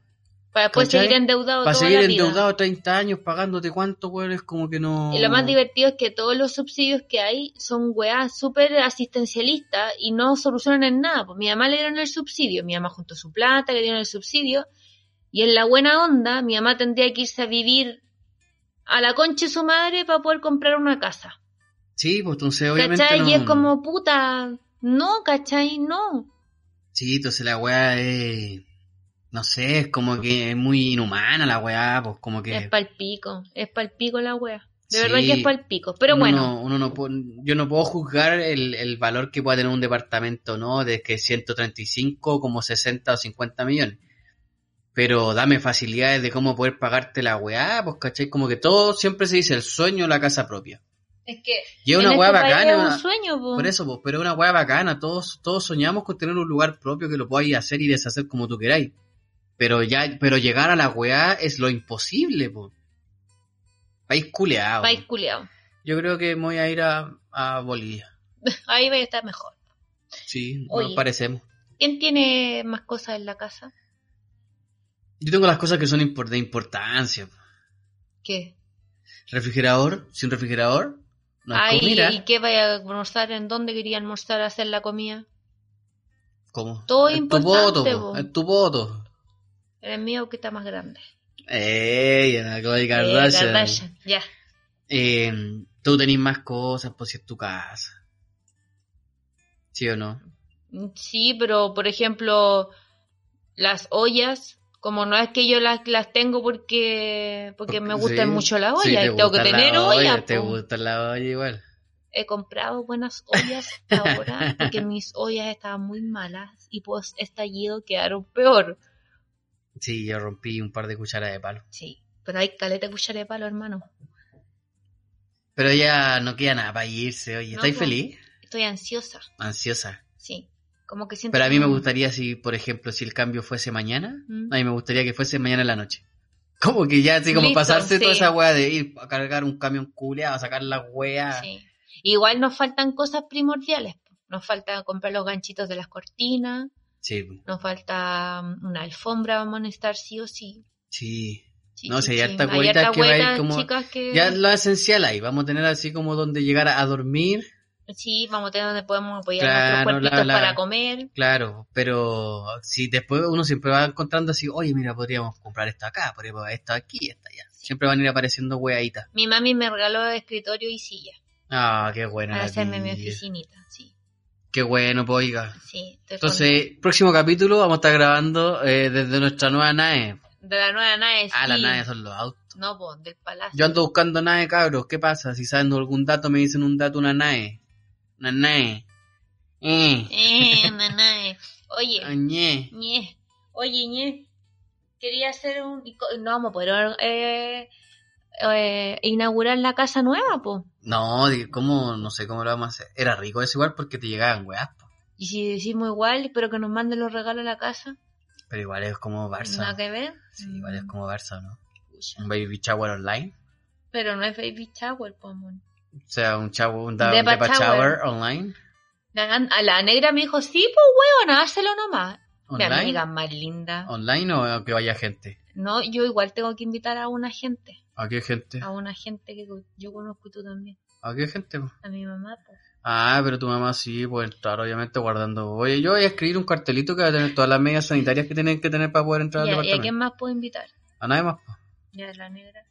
S2: para después
S3: ¿cachai?
S2: seguir endeudado
S3: Para
S2: toda
S3: seguir
S2: la vida.
S3: endeudado 30 años pagándote cuánto, weón, es como que no...
S2: Y lo más divertido es que todos los subsidios que hay son weas súper asistencialistas y no solucionan en nada. Pues mi mamá le dieron el subsidio, mi mamá juntó su plata, le dieron el subsidio, y en la buena onda, mi mamá tendría que irse a vivir a la concha de su madre para poder comprar una casa.
S3: Sí, pues entonces obviamente
S2: ¿Cachai?
S3: no-
S2: Y es como puta, no, ¿cachai? No.
S3: Sí, entonces la weá es... No sé, es como que es muy inhumana la weá, pues como que...
S2: Es palpico, es palpico la wea. De
S3: Sí.
S2: verdad que es palpico. Pero
S3: Uno
S2: bueno,
S3: no- uno no pu- yo no puedo juzgar el, el valor que pueda tener un departamento, ¿no? De que 135 como 60 o 50 millones. Pero dame facilidades de cómo poder pagarte la weá, pues, ¿cachai? Como que todo siempre se dice el sueño de la casa propia.
S2: es que
S3: Y
S2: en
S3: es una
S2: este
S3: weá
S2: país
S3: bacana.
S2: es un
S3: una-
S2: sueño, po.
S3: por eso, pues, pero es una weá bacana. Todos, todos soñamos con tener un lugar propio que lo podáis hacer y deshacer como tú queráis. Pero ya, pero llegar a la weá es lo imposible, pues. País culeado.
S2: país culiao.
S3: Yo creo que me voy a ir a, a Bolivia.
S2: Ahí va a estar mejor.
S3: Sí,
S2: Oye.
S3: nos parecemos.
S2: ¿Quién tiene más cosas en la casa?
S3: Yo tengo las cosas que son impor- de importancia.
S2: ¿Qué?
S3: Refrigerador, sin refrigerador, no hay
S2: Ay,
S3: comida.
S2: ¿Y qué vaya a almorzar? ¿En dónde quería almorzar? ¿Hacer la comida?
S3: ¿Cómo?
S2: todo
S3: Es
S2: importante,
S3: Tu voto,
S2: po.
S3: po, es tu voto.
S2: ¿En el mío que está más grande?
S3: Ey, Ana Eh, Chloe Kardashian.
S2: Eh, Kardashian, Ya.
S3: Eh, tú tenés más cosas, pues si es tu casa. ¿Sí o no?
S2: Sí, pero por ejemplo, las ollas, como no es que yo las, las tengo porque porque me
S3: Porque-
S2: gustan
S3: sí,
S2: mucho las
S3: sí,
S2: ollas,
S3: te
S2: y Ah, tengo que
S3: gusta la
S2: tener ollas.
S3: Te
S2: po.
S3: gusta la olla igual.
S2: he comprado buenas ollas ahora porque mis ollas estaban muy malas y pues estallido quedaron peor.
S3: Sí, yo rompí un par de cucharas de palo.
S2: Sí, pero hay caleta de cuchara de palo, hermano.
S3: Pero ya no queda nada para irse, oye.
S2: No,
S3: ¿Estáis
S2: pues.
S3: feliz?
S2: Estoy ansiosa,
S3: Ansiosa.
S2: sí. Como que siento
S3: Pero a mí me
S2: como-
S3: gustaría si, por ejemplo, si el cambio fuese mañana,
S2: Mm.
S3: a mí me gustaría que fuese mañana en la noche. *laughs* Como que ya, así como
S2: Listo,
S3: pasarse toda
S2: sí.
S3: esa weá de ir a cargar un camión culeado, a sacar la weá.
S2: Sí. Igual nos faltan cosas primordiales. Nos falta comprar los ganchitos de las cortinas,
S3: Sí,
S2: nos falta mm, una alfombra, vamos a necesitar sí o sí.
S3: sí.
S2: Sí,
S3: No,
S2: sí,
S3: si hay
S2: sí.
S3: hartas
S2: Hay
S3: huevitas
S2: hartas
S3: que va a ir
S2: huevitas,
S3: como-
S2: chicas que-
S3: Ya lo esencial ahí, vamos a tener así como donde llegar a a dormir,
S2: Sí, vamos a tener donde podemos apoyar
S3: Claro,
S2: nuestros cuerpitos
S3: la- la-
S2: para comer.
S3: claro, pero si después uno siempre va encontrando así, oye, mira, podríamos comprar esto acá, podríamos esto aquí, esto allá. Siempre van a ir apareciendo weaditas.
S2: Mi mami me regaló escritorio y silla
S3: Ah, qué bueno.
S2: para
S3: la
S2: hacerme mi
S3: vida.
S2: oficinita. Sí,
S3: Qué bueno, pues, oiga.
S2: sí. estoy
S3: Entonces, próximo capítulo vamos a estar grabando eh, desde nuestra nueva nave.
S2: con- De la nueva nave.
S3: Ah, la
S2: sí.
S3: nave son los autos.
S2: No, po, del palacio.
S3: Yo ando buscando nave, cabros. ¿Qué pasa? Si saben algún dato, me dicen un dato, una nave. Una nave. Eh.
S2: Eh, una nave.
S3: *laughs*
S2: Oye.
S3: Ñe.
S2: Ñe. Oye, Ñe. Quería hacer un... y co- No vamos a poder eh, eh, inaugurar la casa nueva, po.
S3: No, di- ¿cómo? No sé cómo lo vamos a hacer. Era rico eso igual porque te llegaban weas. po.
S2: Y si decimos igual, pero que nos manden los regalos a la casa.
S3: Pero igual es como
S2: Nada
S3: Barça.
S2: que ver. Mm.
S3: Sí, igual es como Barça, ¿no?
S2: Pucha.
S3: Un baby shower online.
S2: Pero no es baby shower, po, mon.
S3: O sea, un, shower, un da-
S2: Depa
S3: depa
S2: shower.
S3: shower online.
S2: La gan- A la negra me dijo, sí, pues, huevona, hácelo nomás. Mi amiga
S3: Online. Oh.
S2: más linda.
S3: Online o que vaya gente.
S2: No, yo igual tengo que invitar a una gente.
S3: ¿A qué gente?
S2: A una gente que yo conozco y tú también.
S3: ¿A qué gente? po?
S2: A mi mamá, pues.
S3: Ah, pero tu mamá sí puede entrar, obviamente, guardando. Oye, yo voy a escribir un cartelito que va a tener todas las medidas sanitarias que tienen que tener para poder entrar
S2: ¿Y a, y
S3: al
S2: a quién
S3: departamento.
S2: más puedo invitar?
S3: A nadie más. po.
S2: Ya, la negra.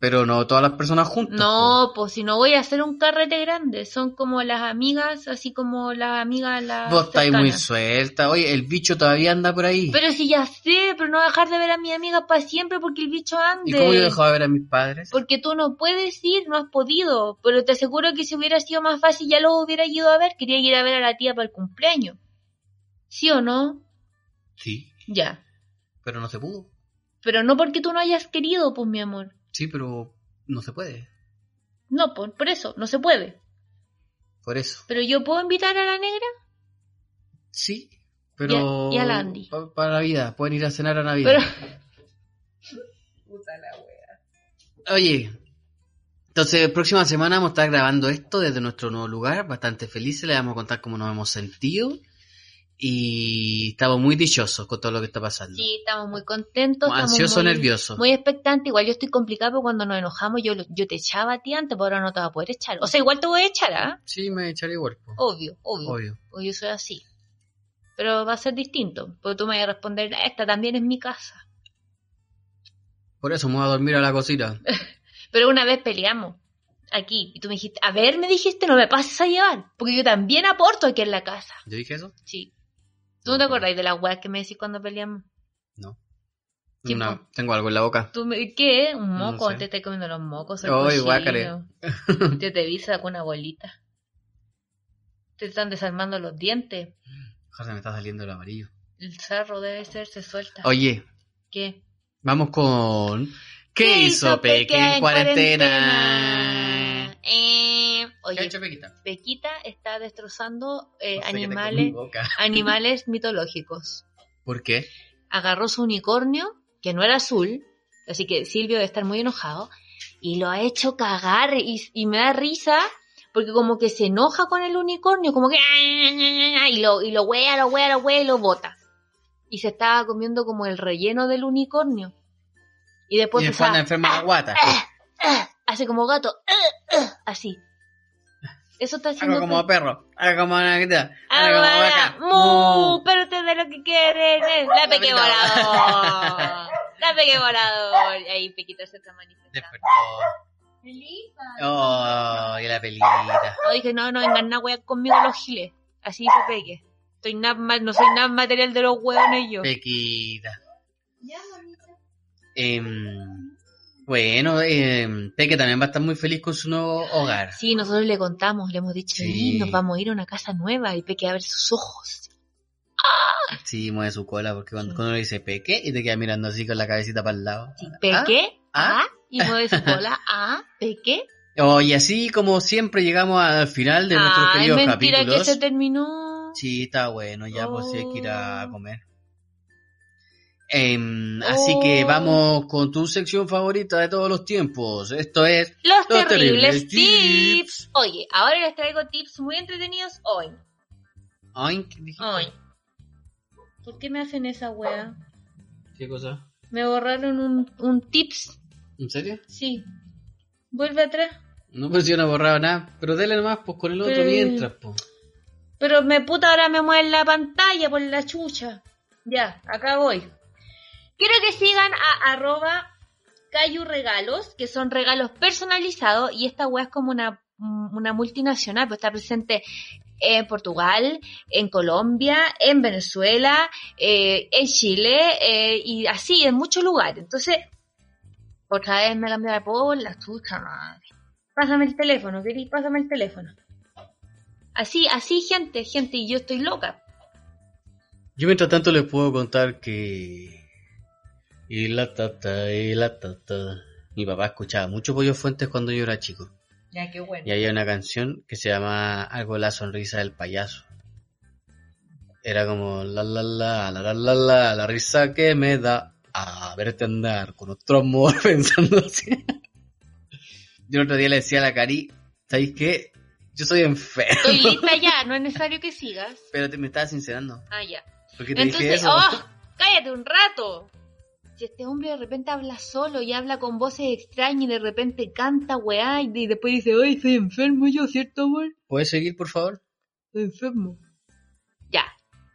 S3: Pero no todas las personas juntas. po.
S2: No, pues si no voy a hacer un carrete grande, son como las amigas, así como las amigas las
S3: pues. Vos estáis muy
S2: cercanas.
S3: suelta. Oye, el bicho todavía anda por ahí.
S2: Pero si ya sé, pero no voy a dejar de ver a mi amiga para siempre porque el bicho ande.
S3: ¿Y cómo yo he dejado de ver a mis padres?
S2: Porque tú no puedes ir, no has podido, pero te aseguro que si hubiera sido más fácil ya los hubiera ido a ver, quería ir a ver a la tía para el cumpleaños. ¿Sí o no?
S3: Sí,
S2: Ya.
S3: pero no se pudo.
S2: Pero no porque tú no hayas querido, pues mi amor.
S3: Sí, pero no se puede.
S2: No, por, por eso, no se puede.
S3: Por eso.
S2: Pero yo puedo invitar a la negra,
S3: Sí, pero.
S2: Y a- y a la Andy.
S3: Pa- para Navidad, pueden ir a cenar a Navidad.
S2: pero...
S3: Oye, entonces próxima semana vamos a estar grabando esto desde nuestro nuevo lugar, bastante felices, les vamos a contar cómo nos hemos sentido y estamos muy dichosos con todo lo que está pasando.
S2: Sí, estamos muy contentos.
S3: Como
S2: estamos
S3: ansioso,
S2: muy-
S3: nervioso.
S2: Muy expectante. Igual yo estoy complicado porque cuando nos enojamos yo, lo- yo te echaba a ti antes, pero ahora no te vas a poder echar. O sea, igual te voy a echar, ¿ah?
S3: Sí, me echaré cuerpo,
S2: Obvio, obvio.
S3: obvio.
S2: Porque yo soy así. Pero va a ser distinto. Porque tú me vas a responder, esta también es mi casa.
S3: Por eso me voy a dormir a
S2: *laughs*
S3: la cocina.
S2: Pero una vez peleamos aquí y tú me dijiste, a ver, me dijiste, no me pases a llevar. Porque yo también aporto aquí en la casa.
S3: ¿Yo dije eso?
S2: Sí. ¿Tú no te acordáis de las weas que me decís cuando peleamos? Sí,
S3: No, tengo algo en la boca.
S2: ¿Tú me- qué? ¿Un
S3: No
S2: moco?
S3: sé. Oh,
S2: Te estás comiendo los mocos.
S3: Ay,
S2: Oye,
S3: guácale.
S2: Yo te vi con una bolita. Te están desarmando los dientes.
S3: Ojalá se me está saliendo el amarillo.
S2: El cerro debe ser, se suelta.
S3: Oye,
S2: ¿Qué?
S3: vamos con... ¿Qué,
S2: ¿Qué
S3: hizo Peque en cuarentena?
S2: cuarentena? Eh,
S3: ¿Qué ha
S2: oye,
S3: hecho Pequita?
S2: Pequita está destrozando eh,
S3: No sé qué tengo en mi
S2: animales,
S3: boca.
S2: animales mitológicos.
S3: ¿Por qué?
S2: Agarró su unicornio, que no era azul, así que Silvio debe estar muy enojado, y lo ha hecho cagar y, y me da risa. Porque como que se enoja con el unicornio, como que... Y lo, y lo huea, lo huea, lo huea y lo bota. Y se estaba comiendo como el relleno del unicornio. Y después
S3: y
S2: se
S3: el Juan enferma la guata.
S2: hace como gato, así. Eso está haciendo
S3: Hago como perro, hago como negrita,
S2: Hago
S3: hago como vaca.
S2: vaca.
S3: Mm.
S2: Mu,
S3: Mu.
S2: pero te da lo que quieres. eh. La peque
S3: La verdad.
S2: volador. La peque volador. Ahí Pequita se está manifestando.
S3: Despertó. Oh, y la pelita.
S2: No, dije, no, no vengan nada wea conmigo los giles. Así dijo Peque. Estoy nada ma- no soy nada material de los hueones yo.
S3: Pequita. Em, Bueno, eh, Peque también va a estar muy feliz con su nuevo hogar.
S2: Sí, nosotros le contamos, le hemos dicho,
S3: Sí.
S2: "Sí, nos vamos a ir a una casa nueva y Peque abre sus ojos.
S3: Sí, mueve su cola porque cuando,
S2: Sí.
S3: cuando uno dice Peque y te queda mirando así con la cabecita para el lado.
S2: Sí, Peque,
S3: ah.
S2: ah, y mueve su cola, ah, Peque.
S3: Oh, y así como siempre llegamos al final de nuestros
S2: Ah, es
S3: queridos
S2: mentira que
S3: capítulos.
S2: se terminó.
S3: Sí, está bueno, ya pues sí hay que ir a
S2: Oh.
S3: comer. Em, Así que
S2: Oh.
S3: vamos con tu sección favorita de todos los tiempos. Esto es
S2: Los,
S3: Los terribles
S2: terribles,
S3: tips.
S2: tips. Oye, ahora les traigo tips muy entretenidos hoy.
S3: Ay, ¿qué dije?
S2: Hoy. ¿Por qué me hacen esa wea?
S3: ¿Qué cosa?
S2: Me borraron un, un tips.
S3: ¿En serio?
S2: Sí. Vuelve atrás.
S3: No, pues yo no he borrado nada. Pero dele nomás, pues con el otro
S2: Pero-
S3: mientras, pues.
S2: Pero me puta ahora me mueven la pantalla por la chucha. Ya, acá voy. Quiero que sigan a arroba Cayu Regalos, que son regalos personalizados, y esta web es como una, una multinacional, pues está presente en Portugal, en Colombia, en Venezuela, eh, en Chile, eh, y así, en muchos lugares. Entonces, otra vez me cambié la por la chucha, madre. Pásame el teléfono, querís, pásame el teléfono. Así, así, gente, gente, y yo estoy loca.
S3: Yo mientras tanto les puedo contar que... Y la tata, y la tata. Mi papá escuchaba mucho Pollo Fuentes cuando yo era chico.
S2: Ya, qué bueno.
S3: Y había una canción que se llama algo La sonrisa del payaso. Era como la la la, la la la la, la risa que me da a verte andar con otro amor *laughs* pensando así. Yo el otro día le decía a la Cari, ¿sabéis qué? Yo soy enfermo. *laughs*
S2: Estoy lista ya, no es necesario que sigas.
S3: Pero te, me estaba sincerando.
S2: Ah, ya.
S3: Porque te dije
S2: Entonces,
S3: eso.
S2: ¡oh! ¡Cállate un rato! Si este hombre de repente habla solo y habla con voces extrañas y de repente canta weá y de- y después dice, ¡ay, estoy enfermo yo, cierto amor!
S3: ¿Puedes seguir, por favor?
S2: Estoy enfermo. Ya.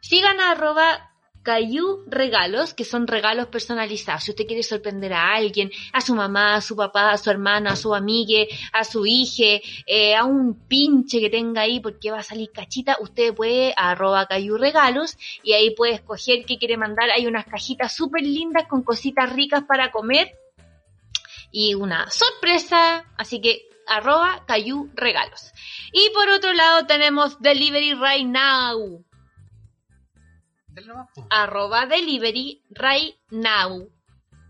S2: Sigan a arroba Cayu Regalos, que son regalos personalizados. Si usted quiere sorprender a alguien, a su mamá, a su papá, a su hermana, a su amigue, a su hije, eh, a un pinche que tenga ahí porque va a salir cachita, usted puede a arroba Cayu Regalos y ahí puede escoger qué quiere mandar. Hay unas cajitas súper lindas con cositas ricas para comer y una sorpresa. Así que arroba Cayu Regalos. Y por otro lado tenemos Delivery Right Now. Arroba Delivery Right Now.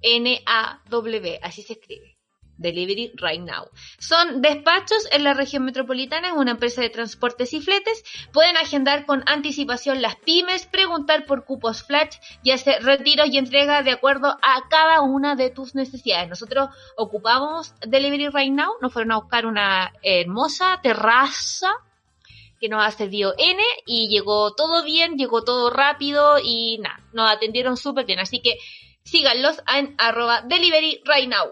S2: N-A-W. Así se escribe. Delivery Right Now. Son despachos en la región metropolitana, es una empresa de transportes y fletes. Pueden agendar con anticipación las pymes, preguntar por cupos flash y hacer retiros y entrega de acuerdo a cada una de tus necesidades. Nosotros ocupamos Delivery Right Now, nos fueron a buscar una hermosa terraza que nos ha servido N y llegó todo bien, llegó todo rápido y nada, nos atendieron súper bien. Así que síganlos en arroba Delivery Right Now.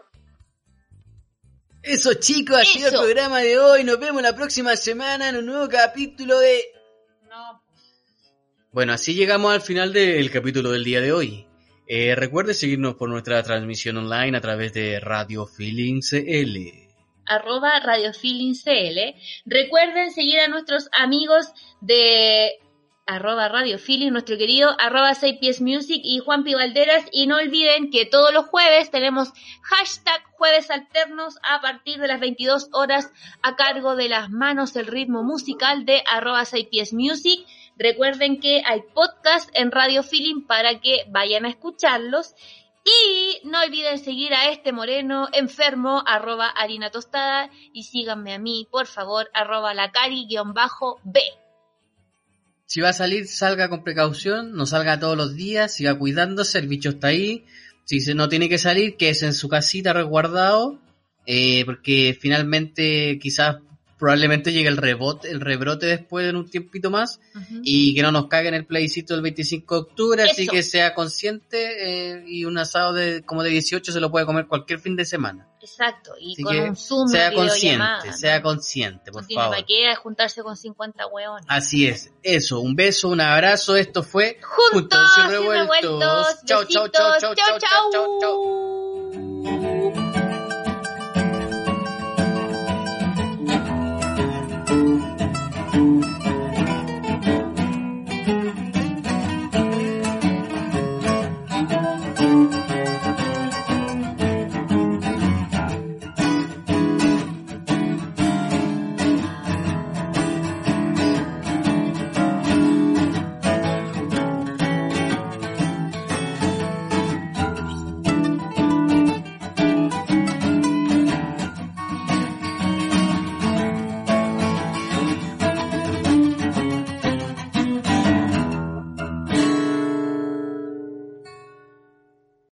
S3: Eso chicos, ha sido el
S2: Eso.
S3: programa de hoy. Nos vemos la próxima semana en un nuevo capítulo de... Bueno, así llegamos al final del capítulo del día de hoy. Eh, recuerde seguirnos por nuestra transmisión online a través de Radio Feeling CL.
S2: arroba Radio Feeling CL. Recuerden seguir a nuestros amigos de arroba Radio Feeling, nuestro querido arroba 6 Pies Music y Juan Pivalderas. Y no olviden que todos los jueves tenemos hashtag jueves alternos a partir de las 22 horas a cargo de las manos el ritmo musical de arroba 6 Pies Music. Recuerden que hay podcast en Radio Feeling para que vayan a escucharlos. Y no olviden seguir a este moreno enfermo, arroba harina tostada, y síganme a mí, por favor, arroba la cari-b.
S3: Si va a salir, salga con precaución, no salga todos los días, siga cuidándose, el bicho está ahí. Si se- no tiene que salir, quédese en su casita resguardado, eh, porque finalmente quizás probablemente llegue el rebote, el rebrote después en un tiempito más y que no nos caguen el plebiscito del 25 de octubre, así
S2: Eso.
S3: que sea consciente eh, y un asado de como de 18 se lo puede comer cualquier fin de semana.
S2: Exacto, y
S3: Así
S2: con
S3: que
S2: un zoom, una
S3: sea
S2: videollamada,
S3: consciente,
S2: ¿no?
S3: sea consciente, por
S2: No tiene
S3: favor. Ah,
S2: para qué juntarse con 50 hueones.
S3: Así es, eso, un beso, un abrazo, esto fue
S2: Juntos,
S3: Juntos y
S2: y revueltos.
S3: Revueltos. Chau, chau, chau, chau,
S2: Besitos.
S3: chau, chau, chau, chau.
S2: chau.